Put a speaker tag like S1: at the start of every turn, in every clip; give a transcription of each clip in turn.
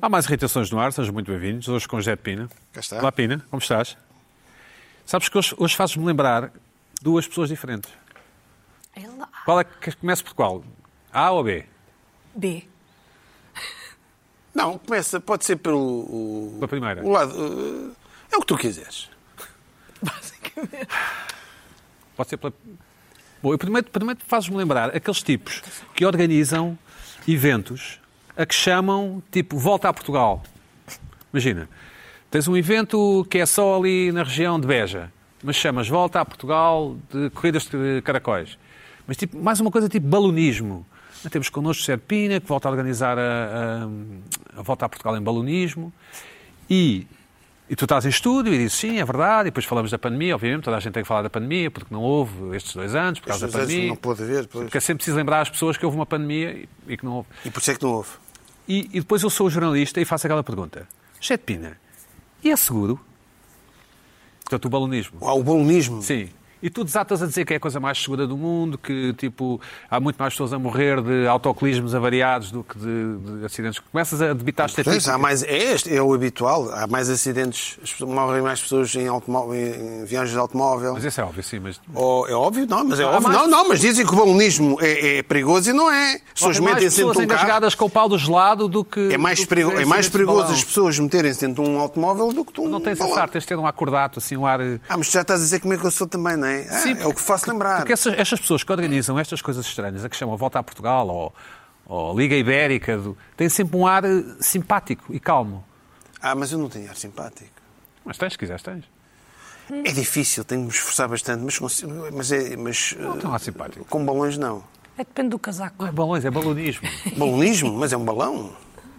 S1: Há mais irritações no ar, sejam muito bem-vindos. Hoje com o José de Pina.
S2: Cá está.
S1: Olá, Pina, como estás? Sabes que hoje, hoje fazes-me lembrar duas pessoas diferentes.
S3: É lá.
S1: Qual é que começa por qual? A ou B?
S3: B.
S2: Não, começa, pode ser pelo. O,
S1: Pela primeira.
S2: o lado. eh, É o que tu quiseres.
S3: Basicamente.
S1: Pode ser pela. Bom, eu primeiro, primeiro fazes-me lembrar aqueles tipos que organizam eventos a que chamam tipo Volta a Portugal. Imagina, tens um evento que é só ali na região de Beja, mas chamas Volta a Portugal de Corridas de Caracóis. Mas tipo, mais uma coisa tipo balonismo. Temos connosco Serpina, que volta a organizar a, a- a Volta a Portugal em balonismo. E, e tu estás em estúdio e dizes sim, é verdade, e depois falamos da pandemia, obviamente, toda a gente tem que falar da pandemia, porque não houve estes dois anos, por causa
S2: Às
S1: da
S2: vezes
S1: pandemia.
S2: não pode haver. pois.
S1: Porque é sempre preciso lembrar às pessoas que houve uma pandemia e- e que não houve.
S2: E por isso é que não houve.
S1: E, e depois eu sou o jornalista e faço aquela pergunta. José de Pina, e é seguro? Portanto, o balonismo.
S2: Há o balonismo.
S1: Sim. E tu desatas a dizer que é a coisa mais segura do mundo, que tipo, há muito mais pessoas a morrer de autocolismos avariados do que de, de acidentes. Começas a debitar
S2: Pois,
S1: estatísticas.
S2: há mais, é, este, é o habitual. Há mais acidentes. as pessoas- Morrem mais pessoas em, automó- em viagens de automóvel.
S1: Mas isso é óbvio, sim, mas
S2: Ou- é óbvio, não, mas é
S1: Há
S2: óbvio.
S1: mais
S2: Não, não, mas dizem que o balonismo é, é perigoso e não é. As pessoas
S1: Morrem mais
S2: metem-se
S1: pessoas
S2: dentro de um carro.
S1: engasgadas com o pau do gelado do que.
S2: É mais,
S1: do que
S2: perigo, é
S1: acidentes
S2: mais
S1: de
S2: perigoso
S1: balão.
S2: as pessoas meterem-se dentro de um automóvel do que de um.
S1: Não tens esse
S2: balão.
S1: ar, tens de ter um ar cordato, assim, um ar. eh,
S2: Ah, mas tu já estás a dizer como é que eu sou também, não é? Ah,
S1: Sim,
S2: é o que faço lembrar.
S1: Porque essas, estas pessoas que organizam estas coisas estranhas, a que chamam Volta a Portugal ou, ou Liga Ibérica, do- têm sempre um ar eh, simpático e calmo.
S2: Ah, mas eu não tenho ar simpático.
S1: Mas tens, se quiseres, tens.
S2: É difícil, tenho de me esforçar bastante, mas, consigo, mas, é, mas
S1: Não então, assim, tão
S2: eh,
S1: lá simpático.
S2: com balões não.
S3: É depende do casaco.
S1: Não é balões, é balonismo.
S2: Balonismo? Mas é um balão?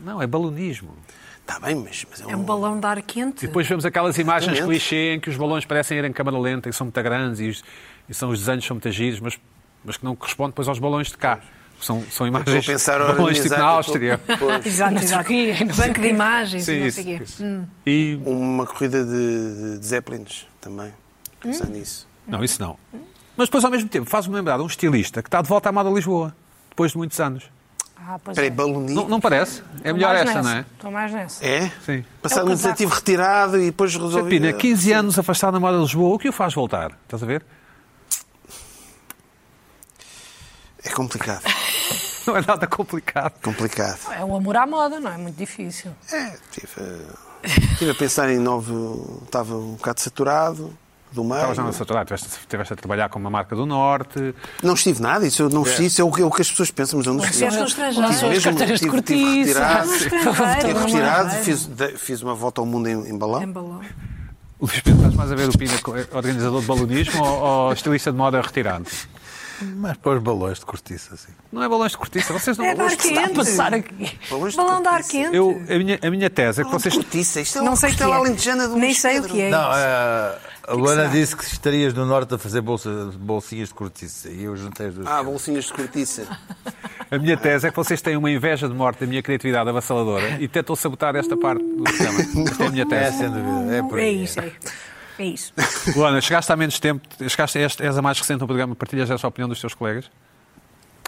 S1: Não, é balonismo.
S2: Está bem, mas, mas é um...
S3: É um balão de ar quente.
S1: E depois vemos aquelas imagens
S2: Exatamente.
S1: clichê em que os balões parecem ir em câmara lenta e são muito grandes e os, e são, os desenhos são muito giros, mas, mas que não correspondem depois aos balões de cá. São, são
S2: Estou
S1: imagens
S2: a pensar
S1: de balões tipo
S2: organizar- um
S1: na Áustria.
S2: Pois,
S3: Exato, exato. Banco de imagens
S1: Sim,
S3: e não
S1: isso.
S3: sei o quê.
S1: isso.
S2: Hum.
S1: E,
S2: Uma corrida de, de, de Zeppelins também, pensando nisso.
S1: Não, isso não. Mas depois, ao mesmo tempo, faz-me lembrar de um estilista que está de volta à moda Lisboa, depois de muitos anos.
S3: Ah, pois
S2: Espera aí,
S3: é.
S2: balonismo?
S1: Não, não parece? É
S3: Estou
S1: melhor
S3: mais
S1: esta,
S3: nessa.
S1: não é?
S3: Estou mais nessa.
S2: É?
S1: Sim.
S2: Passado
S3: É um
S2: um
S3: casaco.
S2: incentivo retirado e depois resolvi...
S4: é,
S1: Pina, é 15 anos afastado da moda de Lisboa, o que o faz voltar? Estás a ver?
S2: É complicado,
S1: Não é nada complicado.
S2: complicado.
S3: É o amor à moda, não é? Muito difícil.
S2: É, estive a, tive a pensar em novo... Estava um bocado saturado do meio.
S1: Estavas na nossa cidade, tiveste, tiveste a trabalhar com uma marca do Norte.
S2: Não estive nada, isso eu não fiz, isso é o que, é o que as pessoas pensam, mas eu não
S3: Disseste no
S2: estive.
S3: estrangeiro.
S2: Tive
S3: As
S2: mesmo,
S3: carteiras de
S2: tive- tive
S3: cortiço.
S2: retirado.
S3: No
S2: Tive
S3: estrangeiro. Não é
S2: retirado,
S3: nada.
S2: fiz, de- fiz uma volta ao mundo em, em balão.
S3: Em balão.
S1: O Luís Pedro, estás mais a ver o Pina co- organizador de balonismo ou, ou estilista de moda retirado?
S4: Mas para os balões de cortiça, assim.
S1: Não é balões de cortiça, vocês não...
S3: É de ar
S2: que
S3: quente.
S2: está a passar
S3: aqui.
S2: Balões de
S3: Balão de ar
S2: cortiça.
S3: quente.
S1: Eu, a, minha, a minha tese é que
S2: Balão de
S1: vocês...
S2: cortiça, isto é
S3: Não
S2: uma
S3: sei o que
S2: costela
S3: é.
S2: alentejana do
S3: Nem
S2: Luís
S3: sei o
S2: Pedro.
S3: que é.
S4: Não, a, a Luana
S3: será?
S4: disse que estarias no Norte a fazer bolsa- bolsinhas de cortiça. E eu juntei as duas.
S2: Ah, bolsinhas de cortiça.
S1: Ah, A minha tese é que vocês têm uma inveja de morte da minha criatividade avassaladora e tentam sabotar esta parte do programa. Esta é a minha
S4: É,
S1: tese.
S4: sem dúvida. É por
S3: É
S4: aí.
S3: isso, é. É isso.
S1: Luana, chegaste há menos tempo, chegaste, és, és a mais recente no programa, partilhas essa opinião dos teus colegas?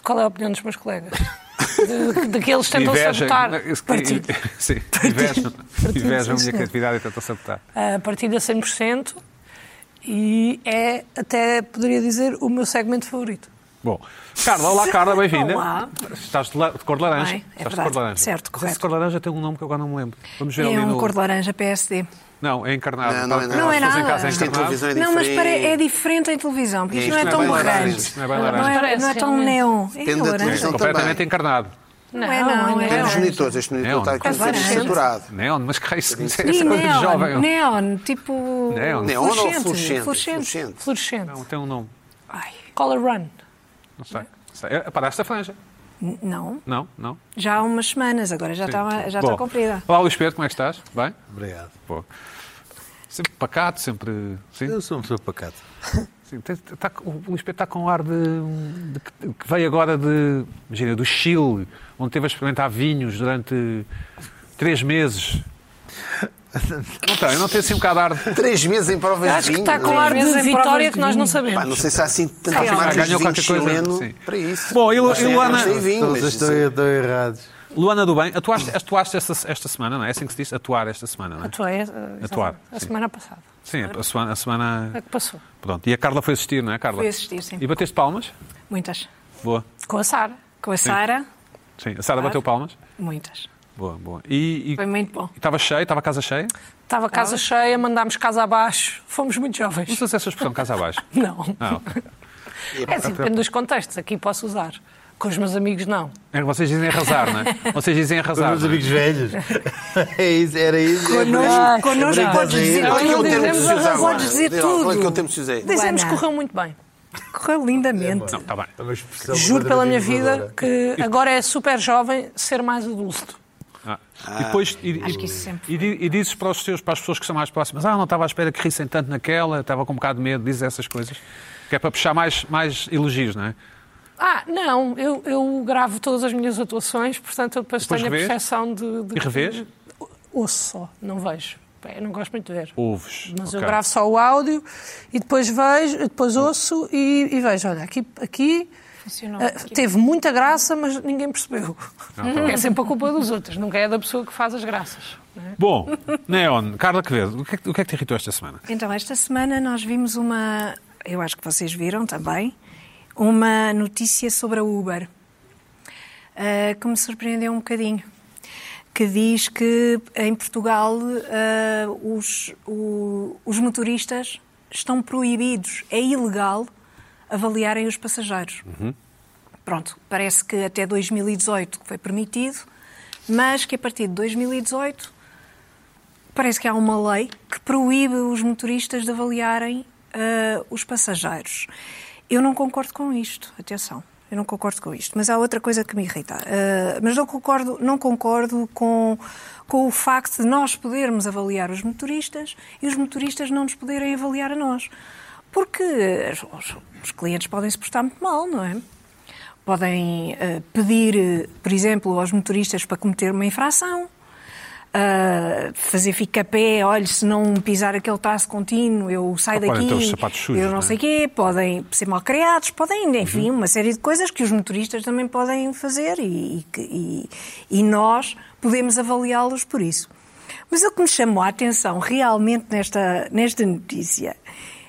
S3: Qual é a opinião dos meus colegas? De- Daqueles que tentam sabotar. Partido.
S1: Sim, invejam,
S3: Partilho, sim,
S1: invejam a minha
S3: senhor.
S1: criatividade e tentam sabotar.
S3: a partilha 100% e é, até poderia dizer, o meu segmento favorito.
S1: Bom, Carla, olá Carla, bem-vinda.
S3: Olá.
S1: Estás de, la- de cor de laranja.
S3: Bem, é
S1: Estás de cor
S3: verdade.
S1: de laranja.
S3: Certo,
S1: Mas Esse
S3: correto.
S1: cor de laranja tem um nome que eu agora não me lembro. Vamos ver
S3: É
S1: ali
S3: um
S1: no...
S3: cor de laranja PSD.
S1: Não, é encarnado.
S2: Não, não é
S1: Para-
S2: nada.
S1: para
S3: Não
S1: as pessoas
S3: é
S1: em
S3: nada.
S1: casa é
S2: Isto em
S1: encarnado.
S2: televisão é
S3: não, mas
S2: diferente.
S3: pare- é diferente em televisão, porque
S2: É,
S3: isto não
S2: isto
S3: é tão
S2: não é bem laranja,
S3: laranja.
S2: isto
S1: não é bem
S3: Não é,
S1: laranja.
S3: não é tão neon. É
S2: Depende da
S3: laranja.
S5: um
S2: televisão.
S1: É
S2: também.
S1: completamente encarnado.
S3: Não é, não.
S2: Tem
S3: É,
S2: nos
S3: laranja.
S2: monitores, este
S1: É,
S2: monitor está aqui um
S3: é
S2: bocadinho
S3: laranja.
S2: saturado.
S1: Neon, mas que raio isso isso é
S3: E
S1: coisa de
S3: neon,
S1: jovem.
S3: neon, tipo.
S1: Neon.
S2: Neon ou fluorescente?
S3: Fluorescente.
S2: Fluorescente.
S1: Não,
S3: Fluorescente.
S1: tem um nome.
S3: Ai, Color Run.
S1: Não sei. Não sei. É, Paraste a franja.
S3: N- Não,
S1: Não, não.
S3: já há umas semanas, agora já está Tá, já está
S1: Bom.
S3: comprida.
S1: Olá, Luís Pedro, como é que estás? Bem?
S4: Obrigado.
S1: Pô. Sempre pacato, sempre. Sim,
S4: Eu sou uma pessoa pacata.
S1: sim. Tem- tá- o Luís Pedro está com um ar de, de que- que veio agora de. Imagina, do Chile, onde teve a experimentar vinhos durante três meses. Não tem, não tem assim um bocado de ar. de-
S2: Três meses em provas
S3: Acho
S2: de
S3: que
S2: vinho.
S3: está com
S2: não é?
S3: ar de vitória que nós
S2: Pá,
S3: não
S2: não
S3: sabemos.
S2: sei se há assim tantas
S3: Acho que
S2: marcas de
S1: ganhou
S2: vinho
S1: qualquer coisa,
S2: chileno
S1: sim.
S2: para isso.
S1: Bom, e Lu-
S2: Não sei,
S6: é.
S1: e Luana-
S2: não sei vinho,
S4: Todos
S2: mas
S4: estão, estão errados.
S1: Luana do Bem, atuaste, atuaste esta, esta semana, não é? É assim que se diz? Atuar esta semana, não é?
S3: Atuei, eh,
S1: Atuar,
S3: a É.
S1: sim.
S3: semana passada.
S1: Sim, a semana, a semana-
S3: A que passou.
S1: Pronto. E a Carla foi assistir, não é, Carla?
S5: Fui assistir, sim.
S1: E bateste palmas?
S5: Muitas.
S1: Boa.
S3: Com a Sara.
S5: Com a Sara,
S1: Sim. A Sara bateu palmas?
S5: muitas.
S1: Boa, boa. E
S5: Foi muito bom.
S1: estava cheio, estava a casa cheia?
S3: Estava a casa cheia, mandámos casa abaixo, fomos muito jovens.
S1: Usas essa expressão casa abaixo?
S3: Não.
S1: Ah, ok.
S3: É assim, depende dos contextos. Aqui posso usar. Com os meus amigos, não.
S1: É que Vocês dizem arrasar, não é? Vocês dizem
S4: Os
S1: arrasar.
S4: meus
S1: não é?
S4: amigos velhos. É isso, era isso.
S2: Ah,
S5: Connosco,
S3: Ah,
S4: Não,
S5: connosco
S4: não,
S5: podes
S4: não,
S5: dizer
S4: não,
S2: Qual é que é o
S5: tudo.
S2: termo que
S3: dizemos
S2: se usa
S3: arrasar,
S2: agora?
S5: podes dizer
S2: Diga lá, Qual é que é o
S5: tudo.
S2: termo que se usa aí?
S3: Dizemos que
S5: Luana.
S3: correu muito bem.
S5: Correu lindamente.
S1: Não, está Tá bem.
S4: É uma expressão
S3: Juro pela minha
S4: verdadeiramente
S3: vida
S4: inovadora.
S3: que agora é super jovem ser mais adulto.
S1: Ah. E depois e,
S5: Acho que
S1: e-
S5: isso sempre
S1: e di- e dizes para os teus, para as pessoas que são mais próximas, ah, não estava à espera que rissem tanto naquela, estava com um bocado de medo, dizes essas coisas. Que é para puxar mais, mais elogios, não é?
S3: Ah, não, eu, eu gravo todas as minhas atuações, portanto eu depois,
S1: Depois
S3: tenho
S1: revês?
S3: a percepção de, de.
S1: E revês?
S3: Ouço só, não vejo. Bem, eu não gosto muito de ver.
S1: Ouves.
S3: Mas eu
S1: Ok.
S3: gravo só o áudio e depois vejo, depois ouço e, e vejo. Olha, aqui, aqui
S5: Funcionou.
S3: ah, teve muita graça, mas ninguém percebeu.
S1: tá bem.
S3: é sempre a culpa dos outros, nunca é da pessoa que faz as graças.
S1: Bom, Neon, Carla Quevedo, o que, é, que- o que é que te irritou esta semana?
S5: Então, esta semana nós vimos uma, eu acho que vocês viram também, uma notícia sobre a Uber, ah, que me surpreendeu um bocadinho, que diz que eh, em Portugal ah, os, o- os motoristas estão proibidos, é ilegal avaliarem os passageiros. Pronto, parece que até 2018 foi permitido, mas que a partir de 2018 Parece que há uma lei que proíbe os motoristas de avaliarem ah, os passageiros. Eu não concordo com isto, atenção. Eu não concordo com isto, mas há outra coisa que me irrita. Ah, mas não concordo, não concordo com, com o facto de nós podermos avaliar os motoristas e os motoristas não nos poderem avaliar a nós. Porque os, os clientes podem se portar muito mal, não é? Podem ah, pedir, eh, por exemplo, aos motoristas para cometer uma infração. Uh, fazer fica pé, olha, se não pisar aquele traço contínuo, eu saio
S1: Ou Ah, podem
S5: daqui,
S1: ter os sapatos sujos, não
S5: eu
S1: é? Uhum.
S5: não sei o quê, podem ser mal criados, podem, enfim, uma série de coisas que os motoristas também podem fazer e, e que- e- e nós podemos avaliá-los por isso. Mas o que me chamou a atenção realmente nesta, nesta notícia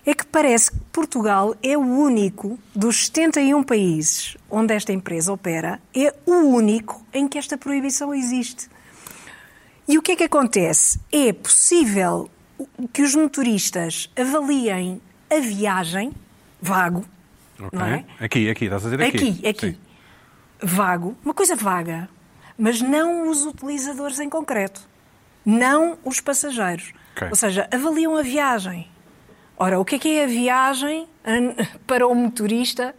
S5: é que parece que Portugal é o único dos 71 países onde esta empresa opera, é o único em que esta proibição existe. E o que é que acontece? É possível que os motoristas avaliem a viagem, vago,
S1: Ok?
S5: não é?
S1: Aqui, aqui, estás a dizer aqui.
S5: Aqui, aqui.
S1: Sim.
S5: Vago, uma coisa vaga, mas não os utilizadores em concreto, não os passageiros.
S1: Ok.
S5: Ou seja, avaliam a viagem. Ora, o que é que é a viagem an- para o motorista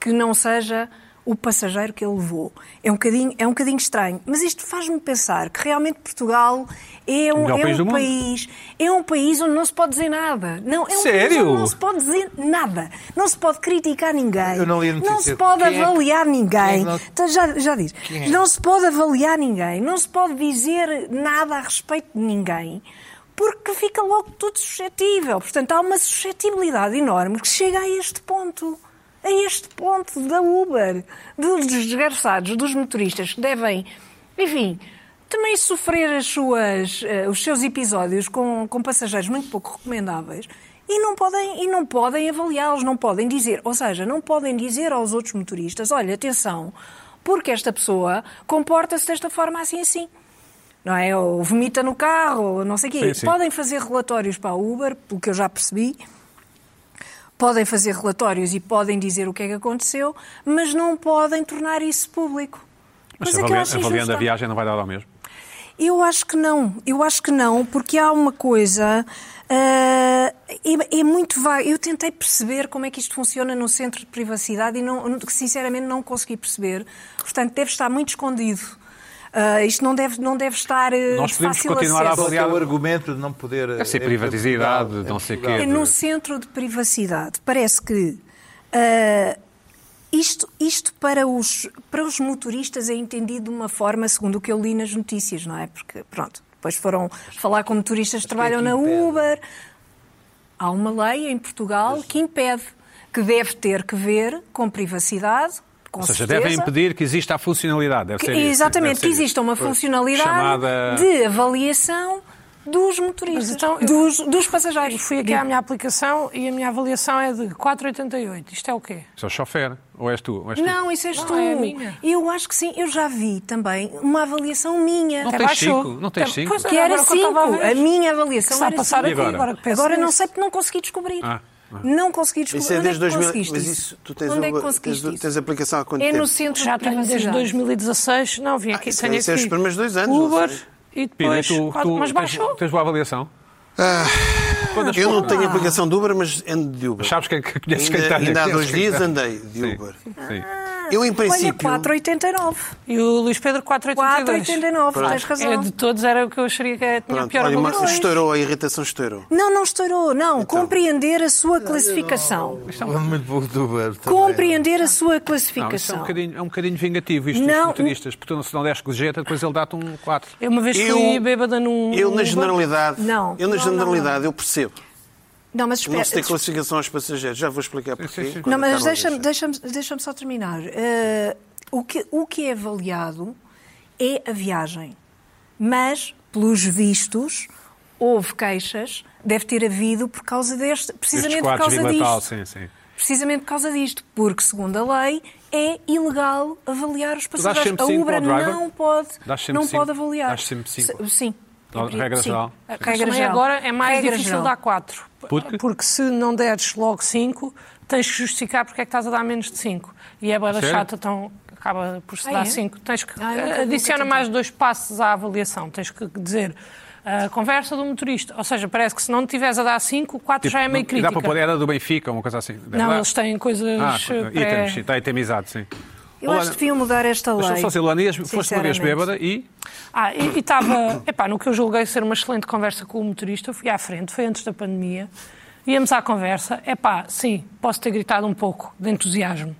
S5: que não seja o passageiro que ele levou? É um bocadinho, é um bocadinho estranho, mas isto faz-me pensar que realmente Portugal é um,
S1: melhor
S5: é
S1: país do
S5: um
S1: mundo.
S5: país, é um país onde não se pode dizer nada. Não, é um país
S1: Sério?
S5: onde não se pode dizer nada. Não se pode criticar ninguém.
S4: Eu não li a notícia.
S5: se pode
S4: Quem é que- é
S5: avaliar ninguém.
S4: não-
S5: Então, já, já diz.
S4: é?
S5: Não se pode avaliar ninguém, não se pode dizer nada a respeito de ninguém, porque fica logo tudo suscetível. Portanto, há uma suscetibilidade enorme que chega a este ponto. A este ponto da Uber, dos desgraçados, dos motoristas que devem, enfim, também sofrer as suas, eh, os seus episódios com, com passageiros muito pouco recomendáveis e não podem, e não podem avaliá-los, não podem dizer, ou seja, não podem dizer aos outros motoristas, olha, atenção, porque esta pessoa comporta-se desta forma assim assim. Não é? Ou vomita no carro, ou não sei o quê.
S1: Sim, sim.
S5: Podem fazer relatórios para a Uber, pelo que eu já percebi, podem fazer relatórios e podem dizer o que é que aconteceu, mas não podem tornar isso público.
S1: Mas
S5: Coisa é que eu
S1: avaliando,
S5: acho
S1: avaliando a
S5: injusta.
S1: viagem não vai dar ao mesmo.
S2: É,
S5: Eu acho que não, eu acho que não, porque há uma coisa. ah, é, é muito vago. Eu tentei perceber como é que isto funciona no centro de privacidade e não, sinceramente não consegui perceber. Portanto, deve estar muito escondido. Ah, isto não deve, não deve estar ah,
S1: Nós
S5: de
S1: podemos
S5: fácil
S1: continuar a
S5: acesso.
S4: Só que é
S1: Avaliar-
S4: o argumento de não poder.
S1: Deve ser
S4: é,
S1: privatizidade,
S4: é Portugal,
S1: não
S4: é
S1: sei o quê.
S4: Portugal.
S5: É num centro de privacidade. Parece que ah, isto, isto para, os, para os motoristas é entendido de uma forma, segundo o que eu li nas notícias, não é? Porque, pronto, depois foram falar com motoristas que
S1: é
S5: trabalham na
S4: impede.
S5: Uber. Há uma lei em Portugal que impede, que deve ter que ver com privacidade, com
S1: Ou seja,
S5: certeza,
S1: devem impedir que exista a funcionalidade. Deve
S5: que-
S1: ser isso. Deve
S5: exatamente,
S1: ser
S5: que
S1: isso.
S5: exista uma
S1: Pois.
S5: funcionalidade
S1: Chamada-
S5: de avaliação dos motoristas,
S3: Mas então, eu-
S5: dos, dos passageiros.
S3: Fui aqui à minha aplicação e a minha avaliação é de 4,88. Isto é o quê?
S1: Isso é o chofer. Ou és tu? Ou és tu?
S5: Não, isso és tu.
S3: é a minha.
S5: Eu acho que sim, eu já vi também uma avaliação minha.
S1: Não
S3: Até
S1: tens
S3: baixou.
S1: cinco, não tens
S3: Até-
S1: cinco.
S3: É Pois,
S5: Que era
S3: agora que eu estava a
S5: 5.
S3: ver.
S5: A minha
S3: Que
S5: avaliação
S3: está a
S5: era
S3: passar
S5: cinco.
S1: E
S3: aqui,
S1: agora?
S3: agora Então que penso
S5: Agora não
S3: nisso.
S5: sei porque não consegui descobrir.
S1: Ah,
S5: Não consegui descobrir.
S2: Isso é
S5: Onde
S2: desde
S5: que
S2: 2000.
S5: conseguiste
S2: Mas
S5: isso?
S2: isso, tu tens,
S5: Onde é que
S2: o- tens,
S5: conseguiste
S2: o-
S5: isso?
S2: tens a aplicação há quanto
S5: É
S2: tempo?
S5: no centro
S3: Já
S5: de
S3: tenho desde
S5: publicidade.
S3: 2016, não vi aqui.
S2: isso
S3: tenho
S2: deve ser
S3: aqui
S2: os primeiros dois anos,
S3: Uber
S2: não sei.
S3: e
S1: Pina,
S3: depois.
S1: tu,
S3: quatro-
S1: tu
S3: mas
S1: tens-
S3: baixou.
S1: Tens boa avaliação? Quando as
S2: Eu não
S1: pessoas-
S2: tenho aplicação de Uber, mas ando de Uber.
S1: Sabes quem Ah. é que conheces
S2: Ainda,
S1: quem está
S2: ainda há
S1: conheces
S2: dois
S1: quem
S2: dias
S1: está.
S2: andei de
S1: Sim,
S2: Uber.
S1: sim.
S2: Eu, em
S5: Ah, Olha, é
S2: princípio.
S5: 4,89.
S3: E o Luís Pedro, 4,82.
S5: 4,89, tens
S3: É,
S5: razão.
S3: de todos era o que eu acharia que tinha a
S2: Pronto,
S3: pior
S2: olha, uma-
S3: avaliação.
S2: estourou, a irritação estourou.
S5: Não, não estourou, não.
S2: Então.
S5: Compreender a sua classificação.
S4: Isto é um momento pouco do Uber.
S2: é um
S5: Compreender a sua
S1: Não, isso é um,
S5: classificação.
S1: bocadinho, é um bocadinho vingativo isto dos
S5: Não. É
S1: motoristas, porque tu, se não deres gorjeta, depois ele dá-te um 4.
S3: Eu uma vez
S2: Eu-
S3: fui bêbada num.
S2: Eu, na
S3: Uber.
S2: generalidade,
S5: Um Não,
S2: eu, na
S5: não, não,
S2: generalidade, eu percebo.
S5: Não, mas
S2: Não se tem
S5: espera.
S2: classificação aos passageiros. Já vou explicar porquê.
S1: sim, sim.
S2: quando
S5: Não,
S2: a
S5: mas
S2: Carla
S5: deixa-me deixa deixa só terminar. Eh, o, que, o que é avaliado é a viagem. Mas, pelos vistos, houve queixas, deve ter havido por causa deste, precisamente por causa disto.
S1: tal, sim, sim.
S5: Precisamente por causa disto, porque, segundo a lei, é ilegal avaliar os
S1: dás
S5: passageiros.
S1: sempre
S5: A
S1: cinco
S5: Ubra
S1: ao driver?
S5: não pode,
S1: Dás sempre
S5: não
S1: cinco?
S5: pode avaliar.
S1: Dás sempre cinco?
S5: Se- Sim.
S1: Não, regra
S5: Sim.
S1: geral.
S5: Regra
S3: Mas também
S5: geral.
S3: agora é mais
S5: Regra
S3: difícil
S5: geral.
S3: dar 4.
S1: Porque?
S3: Porque se não deres logo 5, tens que justificar porque é que estás a dar menos de 5. E é boa
S1: sério?
S3: chata, então acaba por se
S5: Ah,
S3: dar
S5: é?
S3: 5. Tens que
S5: Ah, eu nunca-
S3: adiciona
S5: nunca
S3: mais dois passos à avaliação. Tens que dizer a conversa do motorista. Ou seja, parece que se não tiveres a dar 5, 4 já é meio
S1: Tipo, não- e dá para
S3: crítica.
S1: pôr, era do Benfica, uma coisa assim. Deve
S3: Não,
S1: dar.
S3: eles têm coisas.
S1: Ah,
S3: eh, pré-
S1: itens, sim, está itemizado, sim.
S5: Eu
S1: Olá,
S5: acho que deviam mudar esta lei.
S1: Deixa-me só dizer, Luana, ias- foste uma vez
S5: sinceramente.
S1: bêbada e
S3: Ah, e estava, epá, no que eu julguei ser uma excelente conversa com o motorista, eu fui à frente, foi antes da pandemia, íamos à conversa, epá, sim, posso ter gritado um pouco de entusiasmo.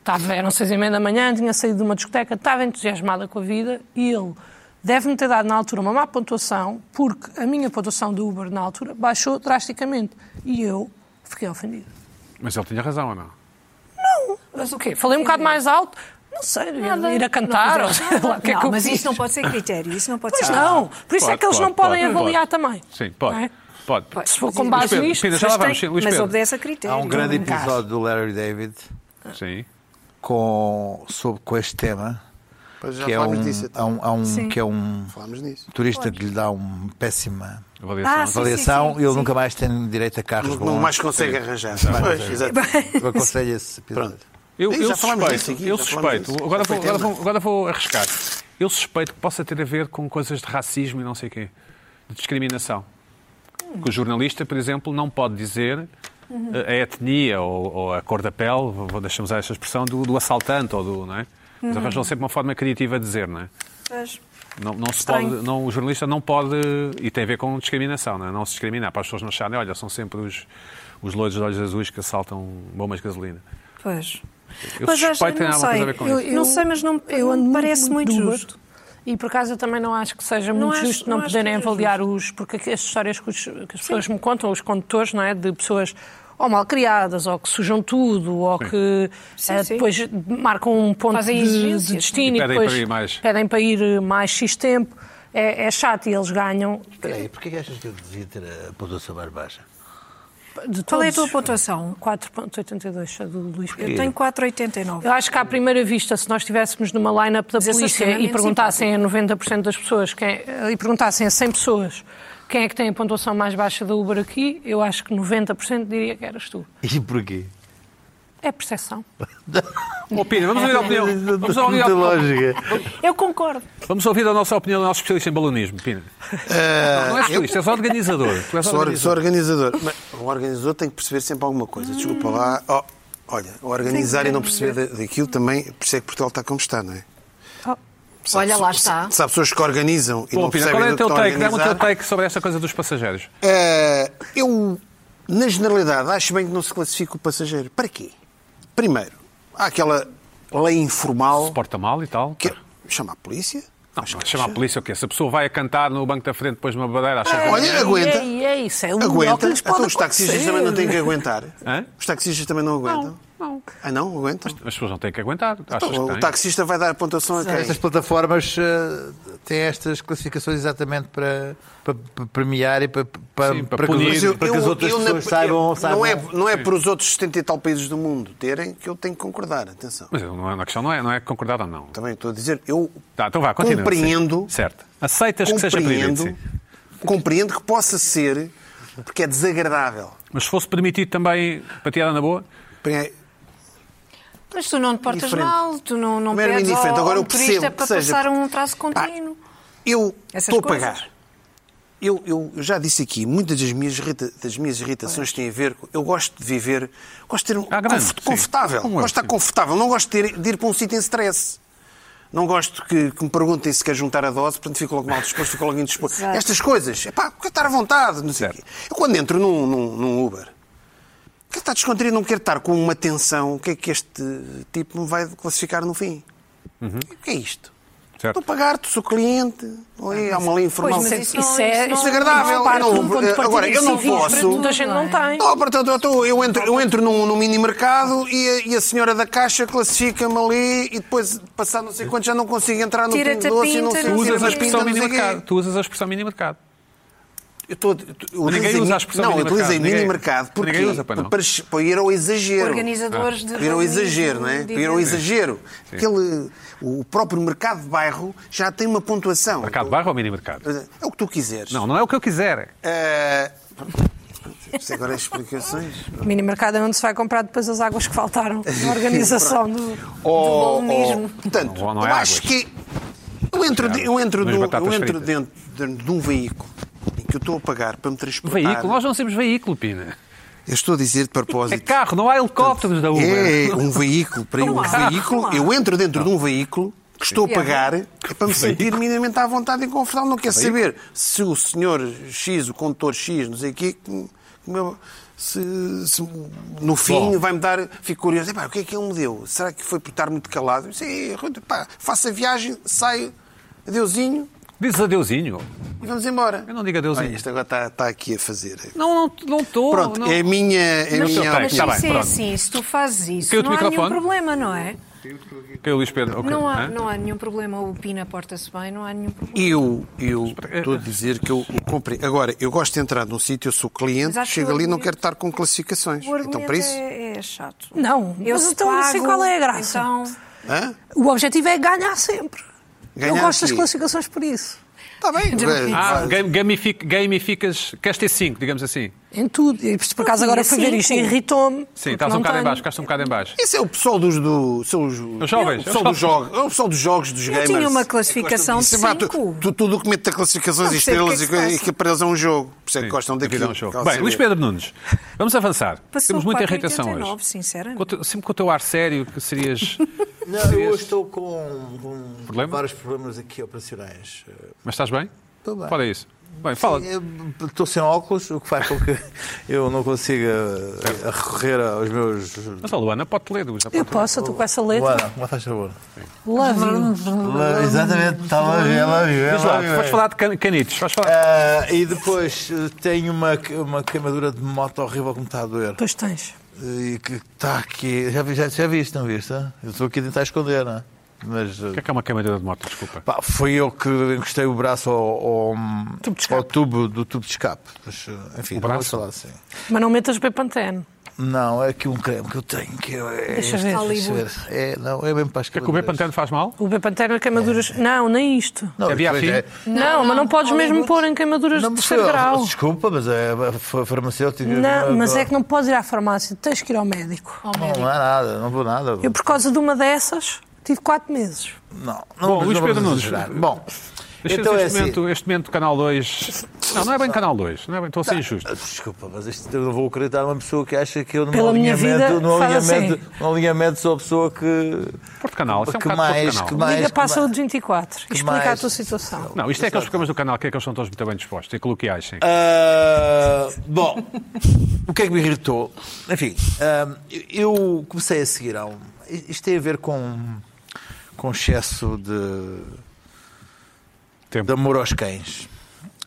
S3: Estava, eram seis e meia da manhã, tinha saído de uma discoteca, estava entusiasmada com a vida e ele deve-me ter dado na altura uma má pontuação, porque a minha pontuação do Uber na altura baixou drasticamente e eu fiquei ofendida.
S1: Mas ele tinha razão ou não?
S3: Mas o quê? Falei um bocado mais alto, não sei, ir a cantar, ou sei lá, o que é que
S5: Não,
S3: eu
S5: mas
S3: fiz?
S5: isso não pode ser critério. Isso não pode
S3: Pois
S5: ser.
S3: não, por isso é
S1: Ah, Pode,
S3: que eles
S1: pode,
S3: não podem
S1: pode,
S3: avaliar
S1: pode.
S3: também.
S1: Sim, pode.
S3: Não é?
S1: Pode.
S3: Se for com base
S1: Pedro,
S3: nisto,
S1: Pina, já lá
S5: Mas
S1: vamos.
S5: tem-
S1: Sim, Luís
S5: mas
S1: Pedro.
S5: obedece a critério. é
S4: Há um grande
S3: brincando.
S4: episódio do Larry David
S1: Sim.
S4: com, sobre, com este tema.
S2: Pois já
S4: Que é,
S2: falámos
S4: um,
S2: disso, então.
S4: há um- há um-
S5: Sim.
S4: que é um
S2: Falámos nisso.
S4: turista que lhe dá
S6: um
S4: uma péssima
S1: Avaliação.
S5: Ah, sim.
S4: avaliação
S5: sim,
S4: e ele nunca mais tem direito a carros
S2: Não,
S4: bons.
S2: não mais consegue arranjar. Pois, exato.
S4: Eu aconselho esse episódio.
S2: Pronto.
S1: Eu,
S2: Ih,
S1: eu
S2: já falámos
S1: suspeito,
S2: disso aqui,
S1: eu
S2: já falámos
S1: suspeito.
S2: disso.
S1: Agora
S2: Já foi
S1: vou, agora,
S2: tema.
S1: vou, agora vou arriscar. Eu suspeito que possa ter a ver com coisas de racismo e não sei o quê, de discriminação. Que o jornalista, por exemplo, não pode dizer
S3: Uhum.
S1: eh, a etnia ou, ou a cor da pele, vou- vou- deixamos usar esta expressão, do, do assaltante ou do. Não é? Mas
S3: Uhum.
S1: arranjam sempre uma forma criativa de dizer, não é?
S5: Pois.
S1: Não, não se pode,
S5: Estranho.
S1: não, o jornalista não pode, e tem a ver com discriminação, não, é? não se discriminar, para as pessoas não acharem, olha, são sempre os, os loiros de olhos azuis que assaltam bombas de gasolina.
S5: Pois.
S1: Eu
S5: Pois, acho-
S1: suspeito que tem
S5: não
S1: alguma coisa a
S5: sei.
S1: ver com
S5: Eu-
S1: isso.
S5: Não sei, mas não- não
S3: ando
S5: parece muito
S3: de Uber.
S5: justo.
S3: E por acaso eu também não acho que seja
S5: Não
S3: muito
S5: acho-
S3: justo não,
S5: não acho
S3: poderem
S5: que seja
S3: avaliar os. Porque aqui as histórias que, os- que as pessoas me contam, os condutores, não é? De pessoas ou mal criadas, ou que sujam tudo, ou que
S5: Sim,
S3: eh,
S5: sim.
S3: depois marcam um ponto
S5: Fazem
S3: de,
S5: exigências.
S3: de destino
S1: E
S3: e,
S1: pedem
S3: depois
S1: para ir mais.
S3: pedem para ir mais X tempo. É, é chato e eles ganham
S4: Espera aí, porquê que achas que eu devia ter a pontuação mais baixa?
S3: de todos.
S5: Qual é a tua pontuação?
S3: 4.82 a do Luís Pedro.
S5: Eu tenho 4,89.
S3: Eu acho que à primeira vista, se nós estivéssemos numa line-up da
S5: Mas eu sou
S3: polícia e
S5: extremamente
S3: perguntassem a 90% das pessoas quem, e perguntassem a 100 pessoas quem é que tem a pontuação mais baixa da Uber aqui, eu acho que 90% diria que eras tu.
S4: E porquê?
S3: É percepção.
S1: Ó, Pina, vamos ouvir
S2: É,
S1: a opinião. Vamos ouvir a,
S4: Muita lógica.
S3: Eu concordo.
S1: vamos ouvir a nossa opinião, o nosso especialista em balonismo, Pina. não,
S2: É,
S1: não és especialista, és organizador. Tu és
S2: Sou, or- sou
S1: organizador.
S2: organizador. Mas o organizador tem que perceber sempre alguma coisa. Desculpa lá. Ó, olha, organizar e não perceber da- daquilo também, por isso é que Portugal está como está, não é?
S5: Olha, lá
S2: Se- Se há pessoas que organizam e
S1: Bom,
S2: não
S1: Pina,
S2: percebem
S1: qual é o
S2: do que
S1: teu
S2: estão a
S1: take? Dá-me o teu
S2: organizar,
S1: take sobre esta coisa dos passageiros.
S2: Eh, eu, na generalidade, acho bem que não se classifique o passageiro. Para quê? Primeiro, há aquela lei informal
S1: Se porta mal e tal.
S2: que é chama a polícia. É.
S1: Não, mas chamar a polícia o quê? Se a pessoa vai a cantar no banco da frente depois de uma bandeira, acha que... é
S2: Olha, aguenta.
S3: Ei, é isso, é o melhor que
S2: Aguenta?
S3: lhes pode
S2: Então os taxistas
S3: acontecer.
S2: também não têm que aguentar.
S1: Hã?
S2: Os taxistas também não aguentam.
S1: Não, não.
S2: Ah, não? Aguentam?
S1: As pessoas não têm que aguentar. Achas
S2: Então,
S1: que
S2: o
S1: têm?
S2: taxista vai dar a pontuação
S6: Então,
S2: a
S7: Estas
S2: quem?
S7: plataformas eh, têm estas classificações exatamente para, para- para premiar e para, para,
S1: Sim, para
S7: que-
S1: punir.
S2: Mas eu-
S7: para que as
S2: eu-
S7: outras
S2: eu na-
S7: pessoas saibam.
S2: eu-
S7: saibam.
S2: Não é, não é por os outros 70 e tal países do mundo terem que eu tenho que concordar, atenção.
S1: Mas eu não, a questão não é, não é concordar ou não.
S2: Também estou a dizer, eu
S1: Tá, então vá, continua.
S2: compreendo,
S1: Sim. Certo. Aceitas que seja proibido,
S2: compreendo,
S1: sim.
S2: compreendo que possa ser, porque é desagradável.
S1: Mas se fosse permitido também, para tirar na boa,
S2: Porque é
S5: Mas tu não te portas
S2: Diferente.
S5: mal, tu não, não
S2: Primeiro
S5: pedes ao,
S2: indiferente, agora
S5: ao
S2: eu percebo
S5: turista
S2: que
S5: para
S2: seja,
S5: passar
S2: porque- Ah,
S5: um traço
S2: Pá,
S5: contínuo.
S2: Eu
S5: Essas
S2: estou a
S5: coisas.
S2: pagar. Eu, eu- eu já disse aqui, muitas das minhas, irrita- das minhas irritações têm a ver com. Eu gosto de viver, gosto de ter um
S1: Ah, grande,
S2: confort-
S1: sim.
S2: confortável.
S1: Como é eu,
S2: gosto de estar
S1: sim.
S2: confortável. Não gosto de, ter- de ir para um sítio em stress. Não gosto que, que me perguntem se quer juntar a dose, portanto fico logo mal disposto, fico logo indisposto.
S5: Exato.
S2: Estas coisas, é pá, quero estar à vontade, não sei o
S1: Certo.
S2: quê. Eu quando entro num, num- num Uber, quero estar descontraído, não quero estar com uma tensão. O que é que este tipo me vai classificar no fim?
S1: Uhum.
S2: O que é isto?
S1: Certo.
S2: Estou a pagar-te, sou cliente. Oi, há uma lei informal.
S5: Pois, Ah, mas isso não-
S3: é-
S5: não-
S2: isso é agradável,
S5: não parte
S2: eu não-
S5: de um ponto de partida
S2: agora, eu não
S5: civis para
S2: posso-
S5: tudo,
S3: Muita gente não
S5: é?
S3: tem.
S2: Oh, portanto, eu, estou- eu entro, eu entro num, num mini mercado e a, e a senhora da caixa classifica-me ali e depois, passado não sei quanto, já não consigo entrar no
S5: Tira-te
S2: pingo
S5: a
S2: doce e não
S5: pinta,
S2: sei
S1: tu
S5: não
S2: tira-me
S1: usas a
S2: as
S1: expressão
S2: pintas, não sei
S1: mini
S2: o quê.
S1: mercado. Tu usas a expressão mini mercado.
S2: Eu estou- eu
S1: Mas ninguém
S2: utilizei-
S1: usa a expressão
S2: Não, eu
S1: mini
S2: utilizei
S1: mercado,
S2: mini
S1: ninguém-
S2: mercado. Porquê?
S1: ninguém usa, pois não. Ah.
S2: Para, para ir ao exagero.
S5: Organizadores de.
S2: Para ir ao exagero, não é? Para ir ao
S5: eventos.
S2: exagero. Aquele, o próprio mercado de bairro já tem uma pontuação.
S1: Mercado barra ou mini mercado?
S2: É o que tu quiseres.
S1: Não, não é o que eu quiser.
S2: É... Isto agora é explicações.
S3: O mini mercado é onde se vai comprar depois as águas que faltaram na organização do,
S2: Ou-
S3: do mesmo.
S2: ou- Oh, Portanto,
S1: Não, não é
S2: eu acho
S1: águas.
S2: que eu entro, de- eu entro,
S1: Nem
S2: do-
S1: batatas
S2: eu entro
S1: fritas.
S2: dentro, de- de um veículo em que eu estou a pagar para me transportar.
S1: Um Veículo, nós não somos veículo, Pina.
S2: Eu estou a dizer de
S1: É
S2: propósito.
S1: carro, não há helicópteros da Uber.
S2: É um veículo, para eu, um
S5: Claro,
S2: veículo,
S5: claro.
S2: eu entro dentro de um veículo que estou a
S5: Yeah.
S2: pagar é para me sentir minimamente à vontade e confortável. Não quero saber se o senhor X, o condutor X, não sei o quê, que que meu- se, se no fim
S1: Bom.
S2: vai-me dar. Fico curioso. Epá, o que é que ele me deu? Será que foi por estar muito calado? Eu disse, "É, pá, faço a viagem, saio, adeusinho
S1: Dizes adeusinho.
S2: e vamos embora.
S1: Eu não digo adeusinho.
S2: Olha, isto agora está, está aqui a fazer.
S1: Não, não não estou.
S2: Pronto,
S1: não.
S2: é a minha. É a
S5: Mas,
S2: minha
S1: tá bem,
S5: mas
S1: tá bem,
S5: isso é
S1: pronto.
S5: assim, se tu fazes isso,
S1: Caiu-te
S5: não há
S1: o
S5: nenhum
S1: microfone?
S5: problema, não é?
S1: Caiu o Luís Pedro. ok.
S5: Não há,
S1: Hã?
S5: não há nenhum problema. O Pina porta-se bem, não há nenhum problema.
S2: Eu, eu
S1: eh,
S2: estou a dizer que eu comprei. Agora, eu gosto de entrar num sítio, eu sou
S5: Mas
S2: cliente,
S5: acho que
S2: chego
S5: o
S2: ali e não
S5: argumento-
S2: quero estar com classificações.
S5: O argumento
S2: Então, para isso.
S5: é, é chato.
S3: Não, eu mas
S5: se
S3: então não sei
S5: pago,
S3: qual é a graça.
S5: Então,
S2: Hã?
S3: O objetivo é ganhar sempre.
S2: oh. Ganhar
S3: eu gosto das
S2: aqui.
S3: classificações por isso.
S2: Está Tá bem. vai-
S1: Ah,
S2: vai-
S1: game- gamific- gamificas. Queres ter 5, digamos assim.
S3: Em tudo. E assim, Por acaso
S5: Não,
S3: agora
S5: sim,
S3: fui ver isto e
S5: sim.
S3: irritou-me. porque
S1: Sim, estás um
S3: não
S1: bocado em
S3: tenho.
S1: baixo, ficaste um bocado em baixo.
S2: Esse é o pessoal dos. Do, são os,
S1: jovens,
S2: O pessoal,
S1: é
S2: dos
S1: os
S2: jogos, é o pessoal dos jogos, dos
S5: eu
S2: gamers. É
S5: tinha uma classificação de
S2: Isso, vá, tu,
S5: 5.
S2: tu, tu documento da classificações
S5: Não
S2: e
S5: percebo o que é
S2: estrelas
S5: que
S2: e coisa-
S5: se
S2: e
S5: passa.
S2: que para eles é um jogo. Por isso é que gostam
S1: A vida
S2: daquilo.
S1: é um show.
S2: Quero
S1: Bem,
S2: saber.
S1: Luís Pedro Nunes, vamos avançar.
S5: Passou
S1: Temos muita
S5: 4,89,
S1: irritação hoje.
S5: sinceramente.
S1: Com o teu- sempre com o teu ar sério, que serias.
S6: Não, eu hoje estou com, com
S1: Problema?
S6: vários problemas aqui operacionais.
S1: Mas estás bem?
S6: Estou bem.
S1: Fora isso. Bem, fala.
S6: Eu Oh, Estou sem óculos, o que faz com que eu não consiga eh, recorrer aos meus.
S1: Mas a Luana pode ler, já pode
S3: Eu posso, eu estou com essa letra.
S6: Luana, como faz favor?
S3: Love you.
S6: Exatamente, estava a ver, ela viu.
S1: Diz lá, vais falar de can- canitos. Vais falar.
S6: Ah, e depois eh, tenho uma, uma queimadura de moto horrível que me está a doer.
S3: Pois tens.
S6: E que está aqui. Já, vi- já, já viste, não viste? hã? Eu estou aqui a tentar esconder, não é? Mas. eh,
S1: O que é que é uma câmara de moto? Desculpa.
S6: Pá, foi eu que encostei o braço ao, ao-
S3: Tubo de
S6: ao
S3: escape.
S6: tubo do tubo de escape. Mas, eh, enfim,
S1: O
S6: não vou
S1: braço?
S6: falar assim.
S3: Mas não metas Bepantene.
S6: Não, é aqui um creme que eu tenho. Que eu, é
S3: Deixa
S6: este,
S3: ver.
S6: deixa ver. É, não, é mesmo para as
S1: O que é que o Bepantene faz mal?
S3: O Bepantene é queimaduras. Não, nem isto.
S6: Não,
S1: É
S6: depois
S1: Biafim?
S6: é-
S3: Não, mas não podes mesmo pôr em queimaduras
S6: Não,
S3: de
S6: mas
S3: terceiro
S6: eu-
S3: grau.
S6: Desculpa, mas é a fa- farmacêutica.
S3: Não, mas é que não podes ir à farmácia, tens que ir ao médico.
S6: Não, não é nada, não vou nada.
S3: Eu, por causa de uma dessas, tive quatro meses.
S6: Não, não,
S1: Bom,
S6: mas
S1: Luís
S6: não
S1: Pedro
S6: vamos
S1: Nunes.
S6: exagerar. Bom,
S1: Deixa
S6: então é
S1: este,
S6: assim.
S1: momento, este momento do Canal 2. Não, não é bem Canal 2. Não é bem, estou a
S6: Tá.
S1: ser injusto.
S6: Desculpa, mas isto, eu não vou acreditar numa pessoa que acha que eu não
S3: Pela minha vida,
S6: no
S3: fala
S6: alinhamento,
S3: assim.
S6: no alinhamento sou a pessoa que.
S1: Porto Canal, isso é um
S6: que
S1: bocado Porto
S6: mais,
S1: Canal.
S6: que mais.
S3: Liga
S6: que
S3: para a
S6: mais-
S3: saúde 24 e
S6: que
S3: explica a
S6: mais-
S3: tua situação.
S1: Não, isto é aqueles programas do canal que é que eles são todos muito bem dispostos. É aquilo que achem.
S6: Ah, bom, o que é que me irritou? Enfim, ah, eu comecei a seguir a um. Isto tem a ver com, com excesso de,
S1: Tempo.
S6: de amor aos cães. Ah,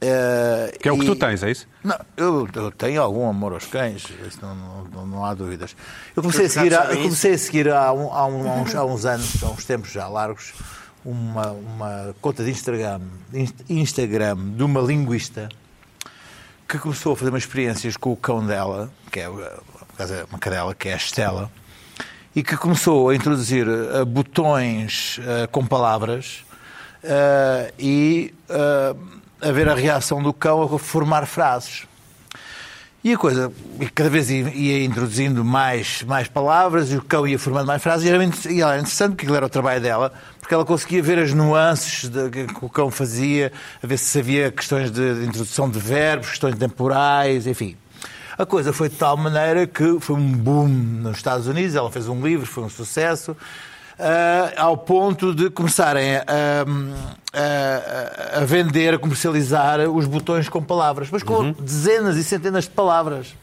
S6: Eh,
S1: Que é o que
S6: e-
S1: tu tens, é isso?
S6: Não, eu, eu tenho algum amor aos cães, isso não, não- não há dúvidas. Eu comecei a
S2: Os gatos
S6: seguir, a-
S2: sabem
S6: eu comecei a seguir há, um- há um- há uns, há uns anos, há uns tempos já largos, uma, uma conta de Instagram, inst- Instagram de uma linguista que começou a fazer umas experiências com o cão dela, que é uh, por causa de uma cadela, que é a Estela, e que começou a introduzir uh, botões uh, com palavras uh, e uh, a ver a reação do cão a formar frases. E a coisa e cada vez ia- ia introduzindo mais, mais palavras e o cão ia formando mais frases e era, inter- e era interessante porque aquilo era o trabalho dela, porque ela conseguia ver as nuances de- que que o cão fazia, a ver se havia questões de, de introdução de verbos, questões temporais, enfim. A coisa foi de tal maneira que foi um boom nos Estados Unidos, ela fez um livro, foi um sucesso, ah, ao ponto de começarem a, um, a- a- a vender, a comercializar os botões com palavras, mas com dezenas e centenas de palavras.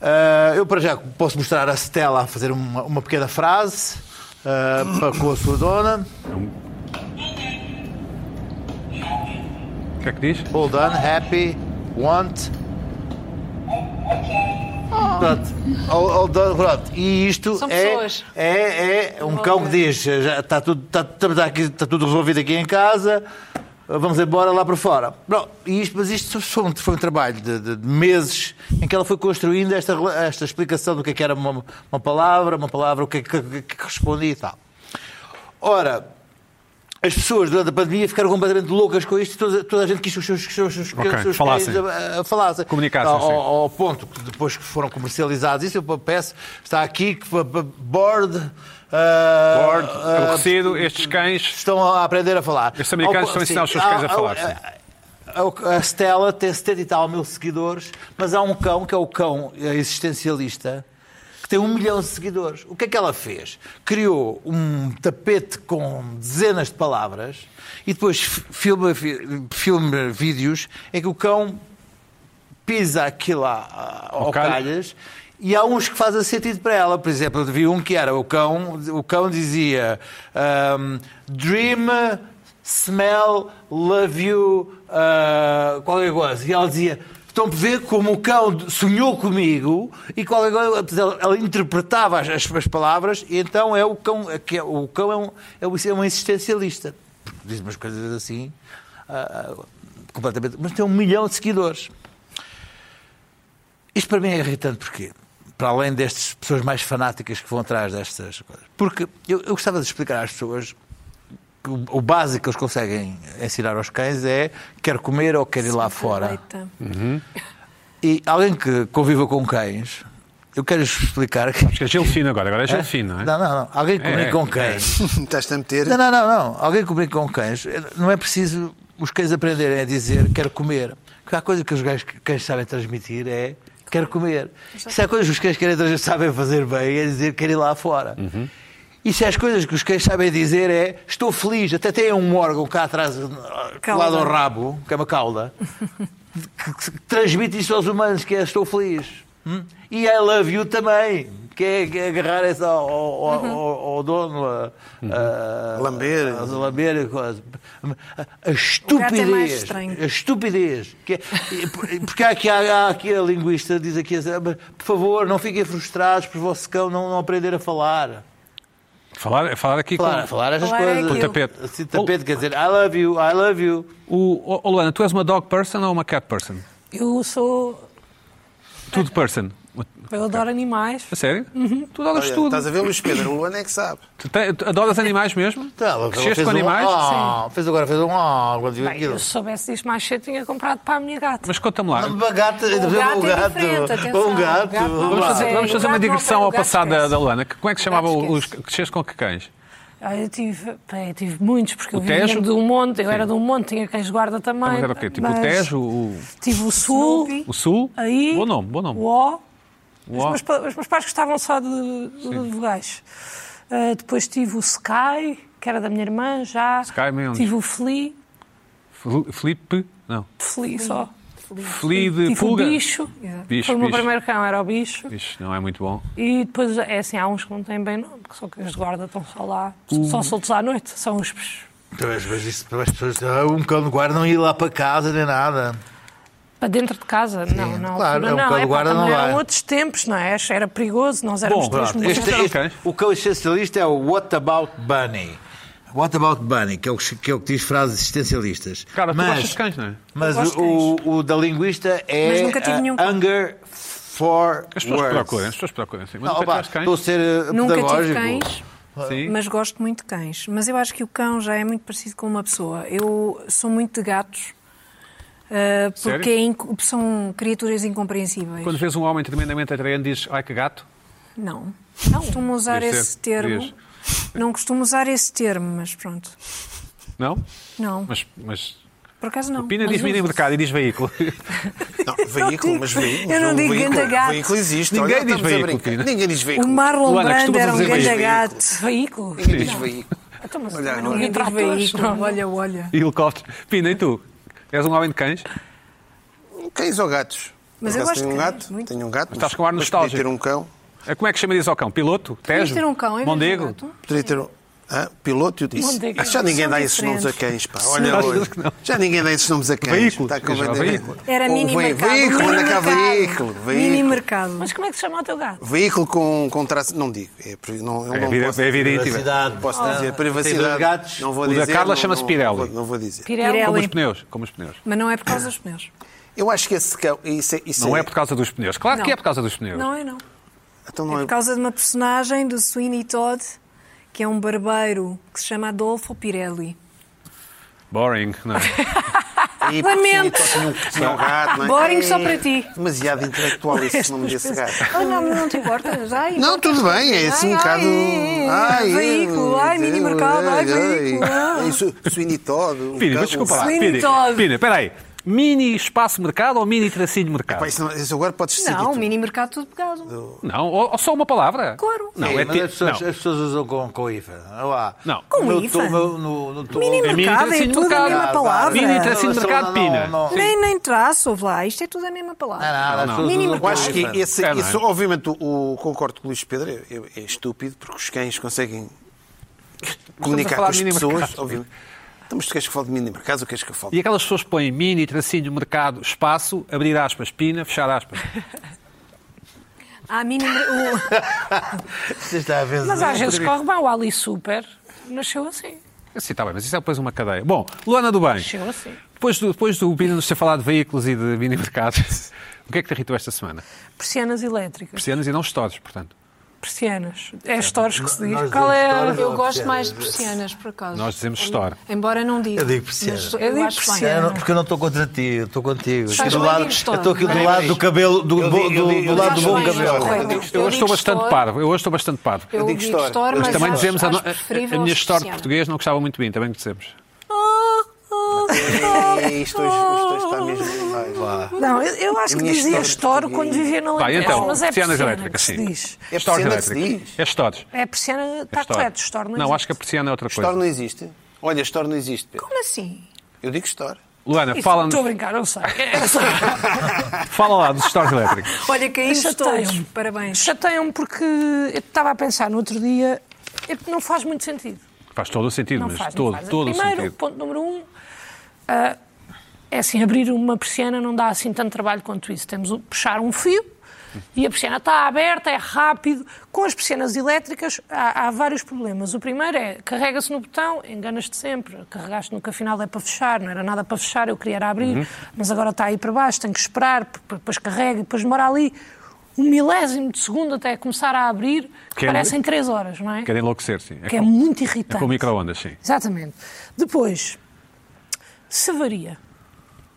S6: Ah, eu para já posso mostrar a Stella a fazer uma, uma pequena frase ah, para, com a sua dona.
S1: O que é que diz?
S6: Hold on, happy, want. Pronto. All- all done, pronto. E isto
S5: São
S6: é,
S5: pessoas.
S6: é, é um cão que diz: já está, tudo, está, estamos aqui, está tudo resolvido aqui em casa, vamos embora lá para fora. Pronto. E isto, mas isto foi um, foi um trabalho de, de- de meses em que ela foi construindo esta, rela- esta explicação do que, é que era uma, uma palavra, uma palavra, o que, é que, que, que respondia e tal. Ora, as pessoas durante a pandemia ficaram completamente loucas com isto e toda, toda a gente quis que os seus, que os seus, que os
S1: Ok,
S6: seus
S1: falassem.
S6: clientes, ah, ah, falassem.
S1: Comunicassem,
S6: Ao-
S1: sim.
S6: ao, ao ponto que depois que foram comercializados, isso eu peço, está aqui, que foi- board. ah,
S1: Board,
S6: ah,
S1: aborrecido, estes cães.
S6: estão a aprender a falar.
S1: Estes americanos estão
S6: Ao-
S1: a ensinar os seus
S6: sim,
S1: cães a
S6: ao-
S1: falar,
S6: ao-
S1: sim.
S6: ao- A Stella tem 70 e tal mil seguidores, mas há um cão que é o cão existencialista que tem um milhão de seguidores. O que é que ela fez? Criou um tapete com dezenas de palavras e depois fi- filma, fi- filma vídeos em que o cão pisa aquilo lá ao
S1: Ao calho.
S6: calhas e há uns que fazem sentido para ela. Por exemplo, eu vi um que era o cão, o cão dizia ahm, Dream, smell, love you, ah, qualquer coisa. E ela dizia. Estão a ver como o cão sonhou comigo e qualquer coisa, ela, ela interpretava as, as, as palavras, e então é o cão, é que é- o cão é um, é um, é um existencialista. Porque Diz umas coisas assim, ah, ah, completamente. Mas tem um milhão de seguidores. Isto para mim é irritante porque, para além destas pessoas mais fanáticas que vão atrás destas coisas, porque eu, eu gostava de explicar às pessoas que o, o básico que eles conseguem ensinar aos cães é quer comer ou quer ir lá fora.
S5: Aproveita.
S2: Hum?
S6: E alguém que conviva com cães, eu quero explicar que.
S1: Acho que é gelo fino agora, agora é gelo fino, não é?
S6: Não, não, não. Alguém que
S1: É,
S6: convive
S1: é.
S6: com cães.
S2: Estás-te a meter.
S6: Não, não, não, não. Alguém que brinca com cães. Não é preciso os cães aprenderem a dizer quero comer. Porque há coisa que os gajos- cães sabem transmitir é quero comer. Se há coisas que os cães querem transmitir, sabem fazer bem, é dizer quero ir lá fora. E se as coisas que os cães sabem dizer é estou feliz, até tem um órgão cá atrás, colado ao
S5: Cauda.
S6: rabo, que é uma cauda, que- que transmite isso aos humanos, que é estou feliz. Hum? E I love you também, que é, que é agarrar essa ao, ao-
S5: Uhum.
S6: ao- ao dono, a, Uhum. a-
S2: Lamber.
S6: a, a lamber e coisa. A- a
S5: O gato é mais
S6: estupidez.
S5: estranho.
S6: a estupidez. Que é- e por- porque há aqui, há, há aqui a linguista diz aqui assim, "Ah, mas, por favor, não fiquem frustrados por vosso cão não, não aprender a falar.
S1: Falar, falar aqui
S6: Falar,
S1: com
S6: falar essas
S5: Falar é
S6: coisas.
S5: aquilo.
S1: Com tapete.
S6: Assim, tapete, quer dizer, I love you, I love you.
S1: o. o- o Luana, tu és uma dog person ou uma cat person?
S3: Eu sou.
S1: Tudo person.
S3: Eu adoro animais.
S1: A sério? Tu adoras
S2: Olha,
S1: tudo.
S2: Estás a ver, Luís Pedro? O Luana é que sabe.
S1: Tu te- tu adoras animais mesmo?
S6: Então, ela
S1: Cresceste
S6: fez
S1: com
S6: um
S1: animais?
S6: "Ah", fez agora, fez um ah, quando viu
S3: Bem,
S6: aquilo.
S3: eu se soubesse disto mais cedo, tinha comprado para a minha gata.
S1: Mas conta-me lá.
S6: Uma gata,
S5: Ah, O gato é diferente, atenção.
S6: um gato,
S5: O gato não
S1: Vamos
S5: Vá.
S1: fazer, vamos
S5: O
S1: fazer uma
S5: gato não
S1: digressão
S5: pega,
S1: ao
S5: o gato
S1: passado da,
S5: esquece.
S1: da Luana. Como é que se
S5: O
S1: chamava
S5: gato
S1: os.
S5: esquece.
S1: Cresceste com que cães?
S3: Ah, eu tive, pá, eu tive muitos, porque eu
S1: O
S3: vivia
S1: Tejo?
S3: de um monte, eu era de um monte, tinha cães de guarda também.
S1: Mas era o quê? Tipo
S3: mas
S1: o Tejo, o,
S3: Tive o Sul,
S5: Snoopy.
S1: o Sul?
S3: aí,
S1: Bom nome, bom nome.
S3: o O.
S1: O
S3: Os,
S1: O.
S3: meus, pa- os meus pais gostavam só de, de vogais. Ah, depois tive o Sky, que era da minha irmã já.
S1: Sky Mendes.
S3: Tive o Flea,
S1: Fli- Felipe? Não.
S3: Flea só.
S1: Fli de
S3: Tive
S1: pulga?
S3: o tipo um Bicho.
S1: Bicho,
S3: Foi o meu
S1: bicho.
S3: primeiro cão, era o Bicho.
S1: Ixi, não é muito bom.
S3: E depois, é assim, há uns que não têm bem nome, que são cães de guarda, estão só lá, só soltos à noite, são os
S7: Pois, mas Então, isso para as pessoas. ah, Um cão de guarda não ia lá para casa nem nada.
S3: Para dentro de casa? não, não.
S7: claro, é um
S3: não,
S7: cão de guarda,
S3: também
S7: não vai.
S3: Eram outros tempos, não é? Era perigoso, nós éramos
S1: Bom,
S3: três
S1: pronto,
S3: mulheres.
S7: Este,
S1: Então,
S7: este-
S1: ok.
S7: O cão essencialista é o What About Bunny.
S4: What about Bunny, que é o que, que é o que diz frases existencialistas.
S1: Cara, tu
S7: Mas-
S1: gostas de cães, não é?
S7: Mas
S5: Eu gosto
S7: o, o, o da linguista é
S5: Mas nunca tive
S7: ah,
S5: nenhum cão.
S7: Hunger for
S1: As pessoas
S7: Words.
S1: procuram, as pessoas procuram. Sim. Mas é
S7: Não,
S1: nunca
S7: opa,
S1: tiveste cães?
S7: estou a ser eh,
S5: Nunca tive
S7: pedagógico.
S5: cães,
S1: Sim.
S5: mas gosto muito de cães. Mas eu acho que o cão já é muito parecido com uma pessoa. Eu sou muito de gatos. ah,
S1: Sério?
S5: porque é inco- são criaturas incompreensíveis.
S1: Quando vês um homem tremendamente atraente, dizes, ai que gato.
S5: Não. Não costumo usar
S1: Deve ser,
S5: esse termo.
S1: devias.
S5: Não costumo usar esse termo, mas pronto.
S1: Não?
S5: Não.
S1: Mas, mas
S5: Por acaso não.
S1: Pina
S5: Mas
S1: diz mini
S5: uso.
S1: mercado e diz veículo.
S2: Não, veículo, mas veículo. um
S5: Eu não digo
S2: veículo,
S5: ganda gato.
S2: Veículo existe.
S1: Ninguém
S2: olha,
S1: diz
S2: estamos a
S1: veículo,
S2: brincar.
S1: Pina.
S2: Ninguém diz
S5: O
S2: veículo.
S5: Marlon
S1: Luana,
S5: Brando
S1: costumas
S5: era um
S1: dizer
S5: grande
S2: veículo.
S5: gato.
S3: Veículo?
S2: Ninguém diz veículo.
S3: Então, mas
S2: Olha,
S3: não
S2: agora.
S3: havia
S5: Ninguém diz
S3: tratores,
S5: veículo.
S3: não.
S5: Olha, olha.
S1: E helicóptero. Pina, e tu? És um homem de cães?
S2: Cães ou gatos?
S5: Mas
S2: Por
S5: eu
S2: acaso
S5: gosto
S2: tenho um
S5: de cães,
S2: gato.
S5: muito.
S2: Tenho um gato.
S1: estás com ar
S2: mas podia
S1: nostálgico.
S2: ter um cão.
S1: É, Como é que chama isso ao cão? Piloto?
S5: Podias
S1: Tejo?
S5: ter um cão, é
S1: Mondego?
S2: Poderia ter um. Hã? piloto e o disse.
S3: Mondego.
S2: Ah, já ninguém
S5: São
S2: dá esses nomes a
S5: diferentes.
S2: cães, pá.
S5: é
S2: Olha,
S1: Sim.
S2: hoje.
S1: Acho que não.
S2: já ninguém dá esses nomes a cães.
S1: Veículos,
S2: Está com
S1: já,
S2: bandeira.
S1: veículo.
S5: Era
S2: Ou
S5: mini
S2: vem-
S5: mercado.
S2: Veículo,
S5: mini
S2: anda cá,
S5: mercado.
S2: veículo.
S5: Mini
S2: Veículo.
S5: mercado.
S3: Mas como é que se chama o teu gato?
S2: Veículo com, com traço. Não digo. É, pri- não, eu
S1: É
S2: não
S1: vida,
S2: posso,
S1: é vida íntima.
S4: Privacidade.
S5: Oh.
S2: posso dizer.
S4: Tem dois
S2: Privacidade.
S4: gatos.
S2: Não vou
S1: O da
S2: dizer.
S1: Carla
S2: não-
S1: chama-se
S2: não-
S1: Pirelli.
S2: Não vou, não vou dizer.
S5: Pirelli.
S1: Como os pneus. Como os pneus.
S5: Mas não é por causa dos pneus.
S2: Eu acho que esse cão. Isso é, isso
S1: Não é por causa dos pneus. Claro que é por causa dos pneus.
S5: Não é, não.
S2: Então
S5: É
S2: não é.
S5: por causa de uma personagem do Sweeney Todd, que é um barbeiro que se chama Adolfo Pirelli.
S1: Boring, não é?
S2: E
S5: Lamento. Ah,
S2: porque Tinha um, tinha um gato, não é?
S5: Boring só para ti.
S2: Demasiado intelectual esse nome desse gato.
S5: Ah, não, não te importas. Ai,
S2: Não, tudo bem, é assim um bocado.
S5: Ai, veículo, ai, mini mercado, ai, veículo. ah.
S2: É Suinitodo.
S1: Pina, mas
S2: um
S1: desculpa lá.
S5: Sweeney
S1: Pina,
S5: Todd.
S1: Pina, espera aí. Mini espaço mercado ou mini tracinho de mercado?
S2: Isso não- isso agora podes seguir.
S5: Não,
S2: tudo.
S5: mini mercado tudo pegado.
S1: Não, ou, ou só uma palavra?
S5: Claro.
S1: Não,
S7: Sim,
S1: é
S7: mas
S1: ti-
S7: as, pessoas,
S1: não.
S7: as pessoas usam com, com hífen. Olha lá.
S1: Não.
S5: Com
S7: No
S5: hífen?
S7: tom- no- no- no tom-
S5: Mini
S1: É mini
S5: mercado é
S1: tracinho de
S5: tudo a
S1: mercado.
S5: mesma
S1: Ah,
S5: palavra.
S1: Mini tracinho de
S7: Não,
S1: mercado,
S7: não,
S1: Pina.
S7: não.
S1: Sim.
S5: Nem, nem traço, ouve lá. Isto é tudo a mesma palavra.
S7: Não, nada, as pessoas
S5: Mini
S7: usam
S5: mercado.
S2: Eu
S7: com
S2: acho que
S7: hífen.
S2: esse,
S1: É, não é?
S2: esse- obviamente, o, concordo com o Luís Pedro, é, é estúpido, porque os cães conseguem comunicar com
S1: falar
S2: as
S1: de mini
S2: pessoas.
S1: mercado.
S2: Obviamente. Então, mas tu queres que eu fale de mini mercados ou queres que eu fale?
S1: E aquelas pessoas que põem mini, tracinho, mercado, espaço, abrir aspas, pina, fechar aspas.
S5: Há mini. o-
S7: Isto está a ver- é
S3: Mas às vezes corre bem. O Ali Super nasceu assim.
S1: Sim, está bem, mas isso é depois uma cadeia. Bom, Luana do Bem,
S3: Nasceu assim.
S1: depois do, depois do Pina nos ter falado de veículos e de mini mercados, o que é que te irritou esta semana?
S3: Persianas elétricas.
S1: Persianas e não estores, portanto.
S3: Persianas. É stores que se diz.
S7: nós
S3: Qual
S7: dizemos
S3: é? a-
S7: stores.
S5: Eu gosto mais de persianas, por acaso.
S1: Nós dizemos store.
S5: Embora não diga.
S7: Eu digo persianas.
S5: Mas
S3: Eu digo
S5: acho bem.
S7: Eu
S3: persianas.
S7: não- Porque eu não estou contra ti, eu estou contigo.
S5: Estás
S7: Estou do
S5: bem
S7: lado-
S5: distorto,
S7: eu estou aqui
S5: não
S7: do
S5: é?
S7: lado do cabelo, do,
S2: Eu
S7: bo-
S2: digo- eu
S7: do-
S2: digo-
S7: do
S2: eu
S7: lado do
S5: digo
S7: bom
S5: store.
S7: cabelo.
S5: Eu digo-
S1: Eu hoje estou
S5: digo
S1: bastante
S5: store.
S1: parvo, eu hoje estou bastante parvo.
S5: Eu
S2: digo
S5: digo
S2: store.
S5: store,
S2: Eu
S5: mas
S1: Também
S5: acho-
S1: dizemos, a,
S5: acho
S1: no- a,
S5: preferível
S1: a minha
S5: aos
S1: história de
S5: persianas.
S1: português não gostava muito de mim, também que dissemos.
S5: Oh,
S2: Isto hoje, É isto hoje está mesmo. Vai, vá.
S3: Não, eu, eu acho que
S2: Minha
S3: dizia
S2: história
S3: estouro
S2: de
S3: quando vivia na
S1: Pá,
S3: Alentejo,
S1: então,
S3: mas é
S1: persianas
S3: persiana
S1: elétricas,
S3: que se
S1: sim.
S3: diz.
S2: É
S1: Stores
S2: persiana que se
S1: elétricas.
S2: diz?
S1: É stores.
S3: É persiana,
S1: É
S3: está
S1: store.
S3: correto, store
S1: Não, acho que a persiana é outra
S2: Store
S1: coisa.
S2: não existe. Olha, Store não existe, Pedro.
S5: Como assim?
S2: Eu digo Store.
S1: Luana, fala,
S3: Fala Estou a brincar, não sei. É só-
S1: fala lá dos stores elétricos.
S5: Olha, caímos é todos.
S3: Chateiam-me.
S5: Parabéns.
S3: Chateiam-me porque eu estava a pensar no outro dia, é que não faz muito sentido.
S1: Faz todo o sentido,
S3: Não
S1: mas
S3: faz, não
S1: todo,
S3: faz.
S1: todo o
S3: Primeiro,
S1: sentido.
S3: ponto número um, ah, é assim, abrir uma persiana não dá assim tanto trabalho quanto isso. Temos um, puxar um fio e a persiana está aberta, é rápido. Com as persianas elétricas há, há vários problemas. O primeiro é, carrega-se no botão, enganas-te sempre. Carregaste no que afinal é para fechar, não era nada para fechar, eu queria era abrir,
S1: Uhum.
S3: mas agora está aí para baixo, tenho que esperar, p- p- depois carrega, e depois demora ali um milésimo de segundo até começar a abrir, que
S1: Querem-
S3: parecem três horas, não é?
S1: Querem enlouquecer, sim.
S3: Que é
S1: com-
S3: muito
S1: é
S3: irritante.
S1: com micro-ondas, sim.
S3: Exatamente. Depois, se varia,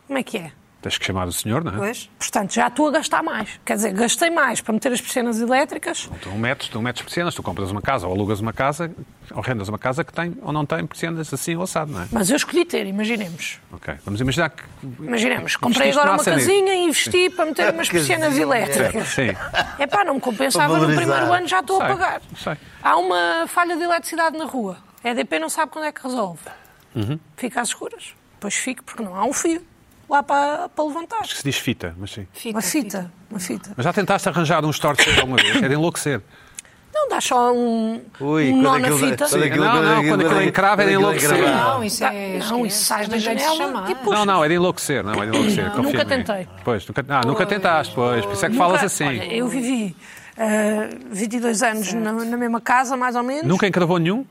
S3: como é que é?
S1: Tens que chamar o senhor, não é?
S5: Pois?
S3: Portanto, já estou a gastar mais. Quer dizer, gastei mais para meter as piscinas elétricas.
S1: Tu metes, tu metes persianas, tu compras uma casa ou alugas uma casa ou rendas uma casa que tem ou não tem persianas assim ou assado, não é?
S3: Mas eu escolhi ter, imaginemos.
S1: Ok. Vamos imaginar que.
S3: Imaginemos, comprei
S1: Investiste
S3: agora uma
S1: massa nisso.
S3: casinha e investi para meter umas piscinas
S1: Certo,
S3: elétricas.
S1: sim.
S3: É pá, não me compensava
S7: Para
S3: no
S7: valorizar.
S3: primeiro ano, já estou a
S1: Sei,
S3: pagar.
S1: sei.
S3: Há uma falha de eletricidade na rua. A EDP não sabe quando é que resolve. Fica às escuras. Pois fico, porque não há um fio lá para, para levantar.
S1: Acho que se diz fita, mas sim.
S5: Fica,
S3: Uma fita, uma fita.
S1: Mas já tentaste arranjar um store alguma vez? É de enlouquecer.
S3: Não, dá só um, um
S7: é
S3: nó na fita.
S1: quando aquilo- Não, não, quando aquilo encrava, era enlouquecido.
S5: Não, isso é.
S3: Não, isso sai da
S5: Tem jeito de
S3: janela
S5: chamar.
S3: e puxa.
S1: Não, não, era enlouquecer, não, era enlouquecer.
S3: Nunca
S1: confia em mim.
S3: tentei.
S1: Pois, nunca, ah, nunca tentaste, pois. Por isso é que
S3: Nunca-
S1: falas assim.
S3: Olha, eu vivi ah, 22 anos na, na mesma casa, mais ou menos.
S1: Nunca encravou nenhum?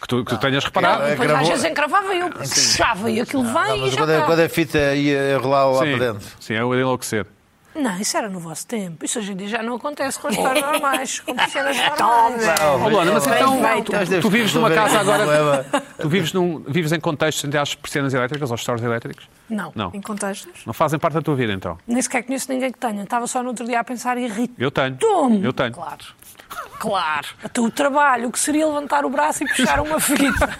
S1: Que tu, que
S3: Ah.
S1: tu tenhas
S3: Não,
S1: reparado?
S3: depois às
S7: Gravou-
S3: vezes encravava e eu puxava e aquilo vem e
S7: Mas quando,
S1: é-
S3: já tá. está.
S5: tá.
S7: a- quando a fita ia rolar lá
S1: sim,
S7: para dentro.
S1: sim, era enlouquecer.
S3: Não, isso era no vosso tempo. Isso hoje em dia já não acontece com histórias normais, com cenas normais.
S1: Oh, Luana, mas então,
S5: feito.
S1: tu-
S7: Nós
S1: tu,
S7: devemos
S1: vives numa
S7: resolver
S1: casa
S7: esse
S1: agora.
S7: problema.
S1: Tu vives, num, vives em contextos entre as persianas elétricas ou stores elétricos?
S3: Não.
S1: Não.
S5: Em contextos.
S1: Não fazem parte da tua vida, então?
S3: Nem sequer conheço ninguém que tenha. Estava só no outro dia a pensar e irrito.
S1: Eu tenho.
S3: Tome.
S1: Eu tenho.
S3: Claro. Claro. Até o trabalho, o que seria levantar o braço e puxar uma fita.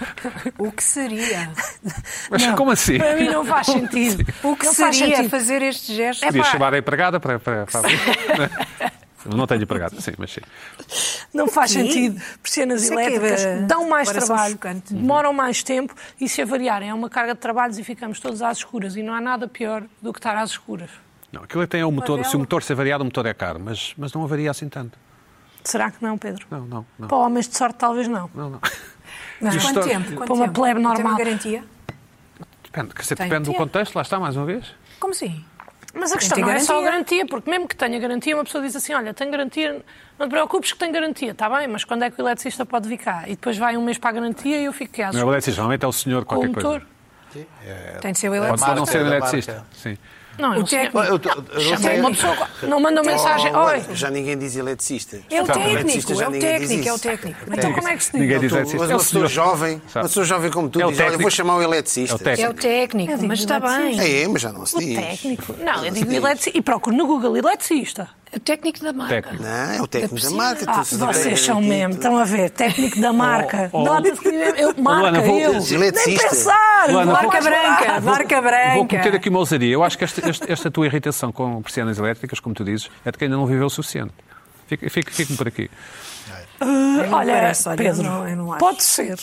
S5: O que seria?
S1: Mas
S3: Não.
S1: como assim?
S3: Para mim não faz sentido.
S5: O que
S3: não faz
S5: seria
S3: sentido.
S5: fazer este gesto?
S1: Podias
S3: é pá.
S1: chamar a empregada para. para, para- Eu não tenho empregado, sim, mas sim.
S3: Não faz
S5: quê?
S3: sentido. Persianas
S5: Isso é que é
S3: elétricas
S5: de-
S3: dão mais
S5: parece-me
S3: trabalho, Uhum.
S5: chocante.
S3: demoram mais tempo e se avariarem é uma carga de trabalhos e ficamos todos às escuras. E não há nada pior do que estar às escuras.
S1: Não, aquilo tem é o motor.
S5: vela.
S3: um-
S1: Se o motor se avariar, o motor é caro, mas, mas não avaria assim tanto.
S3: Será que não, Pedro?
S1: Não, não, não.
S3: Para homens de sorte, talvez não.
S1: não, não.
S5: Mas
S1: Isto-
S5: quanto tempo?
S3: Para uma plebe normal.
S5: Tem garantia?
S1: Depende, quer dizer,
S5: Tem.
S1: depende do
S5: Tem.
S1: contexto, lá está, mais uma vez.
S5: Como assim?
S3: Mas a questão
S5: Tem
S3: não é só
S5: garantia.
S3: garantia, porque mesmo que tenha garantia, uma pessoa diz assim: olha, tem garantia, não te preocupes que tem garantia, está bem, mas quando é que o eletricista pode vir cá? E depois vai um mês para a garantia e eu fico que às
S1: Não é verdade, geralmente é o senhor
S3: com o
S1: qualquer coisa.
S3: motor.
S5: Tem de ser o
S1: Pode pode não
S5: eletricista.
S1: ser
S7: da
S1: eletricista. Sim.
S3: Não, é um
S5: O
S3: senhor.
S5: técnico.
S7: Eu tô- eu não
S3: Não,
S7: sei-
S3: uma pessoa não manda mensagem.
S2: Oh,
S3: Oi,
S2: olha, já ninguém diz eletricista.
S5: Ah, É o
S2: Portanto,
S5: técnico,
S2: eletricista
S5: é
S2: já
S5: o
S2: ninguém diz
S5: técnico, é o
S2: isso.
S5: técnico. Não é?
S3: então como é que se diz?
S1: Ninguém
S2: Tu,
S1: diz
S2: mas
S1: eletricista. É
S2: uma
S1: o
S2: pessoa
S1: senhor.
S2: jovem,
S1: Sabe?
S2: uma pessoa jovem como tu,
S1: É o
S2: diz, olha,
S1: técnico.
S2: vou chamar o
S1: É o
S2: eletricista.
S5: É
S1: técnico.
S5: o técnico, mas está bem.
S2: É, mas já não se
S3: O
S2: diz.
S3: técnico. Não, eu digo eletricista. E procuro no Google eletricista.
S5: O técnico da marca.
S1: Técnico.
S2: Não, é o técnico da
S5: Sim.
S2: marca.
S3: Ah,
S2: tu se tem-
S3: vocês são mesmo.
S5: tá.
S3: Estão a ver. Técnico da marca.
S1: oh.
S3: Nota-se que eu, marca
S1: Luana, vou-
S3: eu. Nem
S2: Eletricista.
S3: pensar.
S1: Luana,
S3: marca
S5: Marca branca,
S3: branca.
S5: marca branca.
S1: Vou cometer aqui uma ousadia. Eu acho que esta, este- esta tua irritação com persianas elétricas, como tu dizes, é de quem ainda não viveu o suficiente. Fico- fico- Fico-me por aqui.
S5: Não
S3: Olha,
S5: parece, olha,
S3: Pedro,
S5: não, eu não acho.
S3: pode ser.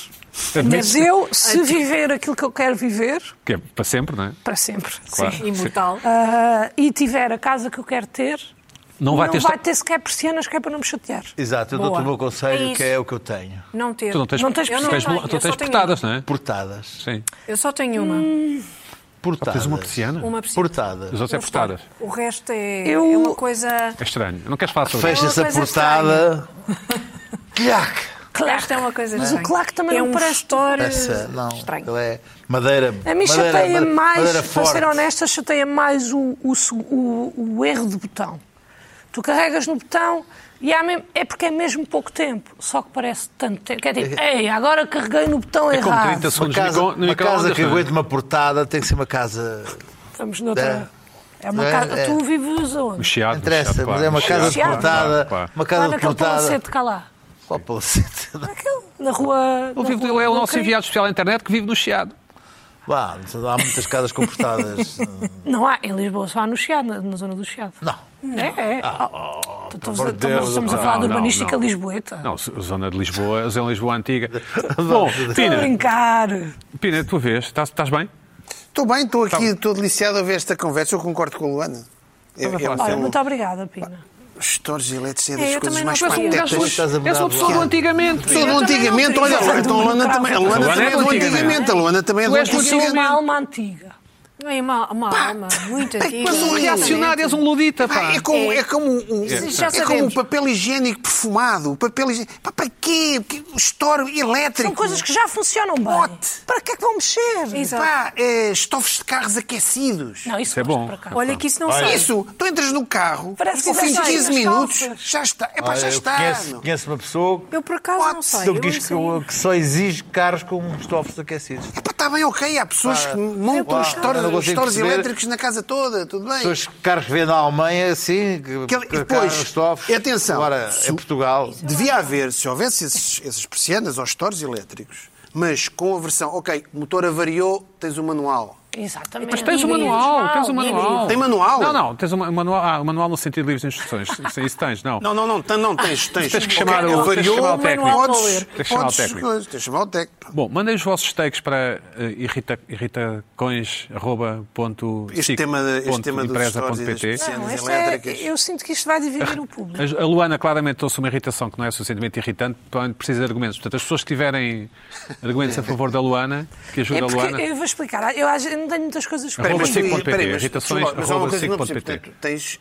S3: Mas eu, se viver aquilo que eu quero viver,
S1: Que é para sempre, não é?
S3: para sempre,
S1: Claro.
S3: sim,
S5: Imortal.
S3: ah, e tiver a casa que eu quero ter,
S1: Não vai ter.
S3: sequer persianas, que é para não me chatear.
S7: Exato, eu dou-te
S5: Boa.
S7: o meu
S5: É
S7: conselho,
S5: isso.
S7: que é o que eu tenho.
S5: Não ter.
S1: Tu não tens,
S3: Não tens
S1: tu
S3: não
S1: tens-
S5: tenho,
S1: tu
S5: eu
S1: tens
S5: só tenho
S1: portadas, Hum. não é?
S7: Portadas.
S1: Sim.
S5: Eu só tenho uma.
S7: Portadas.
S1: Tens uma persiana?
S5: Uma piscina.
S7: Portadas.
S1: Os outros é portadas.
S5: O resto é,
S3: Eu-
S5: é uma coisa.
S1: É estranho. Não queres falar sobre isso?
S7: Fecha-se
S5: É
S7: a
S5: uma coisa
S7: portada. Clac!
S5: Esta é uma coisa
S3: Mas
S5: estranha.
S3: o claque também
S5: é
S3: não
S5: um
S3: parece-
S5: Store...
S7: Essa, não.
S5: Estranho.
S7: Ela é madeira.
S3: A mim
S7: madeira,
S3: chateia
S7: madeira-
S3: mais,
S7: madeira
S3: para
S7: forte.
S3: ser honesta, chateia mais o, o se- o- o erro de botão. Tu carregas no botão e há mesmo- é porque é mesmo pouco tempo, só que parece tanto tempo. Quer dizer, ei, agora carreguei no botão
S1: É como
S3: errado.
S1: 30
S7: Uma
S1: segundos no
S7: casa,
S1: micro- no
S7: uma casa
S1: micro-ondas.
S7: que
S1: não é?
S7: aguente uma portada tem que ser uma casa.
S3: Vamos noutra. É uma
S7: É,
S3: casa.
S7: é.
S3: Tu vives aonde?
S1: Um chiado,
S7: Não
S1: um
S7: interessa,
S1: chiado,
S7: mas
S1: claro,
S7: é uma
S1: um
S7: casa de
S1: chiado, claro,
S7: portada.
S1: claro, claro.
S7: Uma
S3: Lá
S7: casa de
S3: naquele
S7: portada.
S3: palacete cá lá.
S7: Qual palacete?
S3: Naquele, na rua.
S1: Ele
S3: na
S1: vive-
S3: rua
S1: ele é o
S3: do
S1: nosso
S3: Caim.
S1: enviado especial à internet que vive no chiado.
S7: Vá, há muitas casas com portadas.
S3: Não há, em Lisboa só há no Chiado, na, na zona do Chiado.
S7: Não. Ah.
S3: É, é. Então, estamos, a-
S7: amor de Deus, ah,
S3: estamos a falar de
S1: não, não,
S3: urbanística
S1: não.
S3: lisboeta.
S1: Não, zona de Lisboa, zona de Lisboa antiga. Bom,
S3: Estou a
S1: Pina,
S3: brincar.
S1: Pina, tu vês, estás, estás bem?
S2: Estou bem, estou aqui,
S1: Tá.
S2: estou deliciado a ver esta conversa. Eu concordo com a Luana. É, é,
S1: falar
S3: Olha,
S2: um-
S3: muito obrigada, Pina.
S2: Histórias elétricas é
S5: É,
S2: das
S5: eu
S2: coisas
S5: também
S2: mais
S5: não
S1: És um gajo-
S2: patetas.
S7: Estás a
S1: és
S7: mudar
S1: uma
S7: de
S1: pessoa do
S7: lado.
S1: antigamente.
S2: Pessoa do
S5: Eu também não
S2: antigamente, olha,
S5: teria
S2: olha, então a Luana
S3: falado
S2: também. A
S3: do
S2: Luana
S1: Luana é
S2: também é do
S1: antiga, não é?
S2: antigamente. A Luana também é do
S1: Tu és
S3: Eu sou
S2: antigamente.
S3: uma alma antiga.
S5: Não é uma, uma alma muito antiga.
S2: mas um
S5: exatamente.
S1: Reacionário, és um ludita, pá.
S2: Pá, é como, é como, um,
S5: já
S2: é como
S5: sabemos.
S2: o papel higiênico perfumado. O papel higiênico. Pá, para quê? Que- Estouro elétrico.
S3: São coisas que já funcionam bem.
S2: Bote.
S3: Para que é que vão mexer?
S5: Exato.
S2: Pá, eh, estofos de carros aquecidos.
S3: Não,
S1: Isso é
S3: gosto
S1: bom.
S3: para cá.
S5: Olha que isso
S1: Ah,
S5: não sai.
S2: Isso, tu entras no carro,
S3: Parece que
S2: ao fim de
S3: já sai
S2: 15
S3: das
S2: minutos,
S3: calças.
S2: já está. É pá,
S7: Olha,
S2: já
S7: eu
S2: está.
S7: Conheço,
S2: meu.
S7: conheço uma pessoa
S5: Eu por acaso não sei.
S7: que,
S5: eu
S7: diz
S5: não
S7: que,
S5: sei.
S7: que só exige carros com estofos aquecidos.
S2: É pá, está bem, ok. Há pessoas que montam
S7: Uau, eu não
S2: estoros,
S7: consigo
S2: estoros
S7: perceber.
S2: elétricos na casa toda, tudo bem.
S7: Pessoas que carros que vêm na Alemanha, assim, que,
S2: Aquele-
S7: que
S2: e depois,
S7: carros, estofos.
S2: atenção,
S7: Agora,
S2: se-
S7: em Portugal.
S2: Devia haver, se houvesse esses, esses persianas ou estores elétricos, mas com a versão, ok, o motor avariou, tens o manual.
S3: Exatamente.
S1: Mas tens o manual, tens o manual.
S2: Tem manual?
S1: Não, não, tens um manual, ah, um manual no sentido de livros de instruções. Isso- Isso tens, não.
S2: Não, não, não, tem- não tens, tens,
S1: Ah, Tens que chamar o- tens que
S2: variou,
S1: chamar o técnico.
S2: Podes,
S1: Tens que chamar o
S2: podes,
S1: técnico.
S2: coisas, tens que chamar o técnico.
S1: Bom, mandei os vossos takes para eh, irrita- irritacões.psico.empresa.pt.
S2: Este tema, de- este tema dos stories e das
S3: Não,
S2: especialidades
S3: este é-
S2: elétricas.
S3: eu sinto que isto vai dividir o público.
S1: A Luana claramente trouxe uma irritação que não é suficientemente irritante, provavelmente precisa de argumentos. Portanto, as pessoas que tiverem argumentos a favor da Luana, que
S3: É
S1: ajuda a
S3: porque
S1: Luana.
S3: eu vou explicar. Eu, acho- eu não tenho muitas coisas para
S1: Arroba
S2: mas tu-
S3: dizer.
S1: sic.pt,
S2: peraí, mas,
S1: irritações,
S2: desculpa, mas há uma
S1: arroba
S2: coisa que não percebo.
S1: sic.pt.
S2: Portanto, Tens,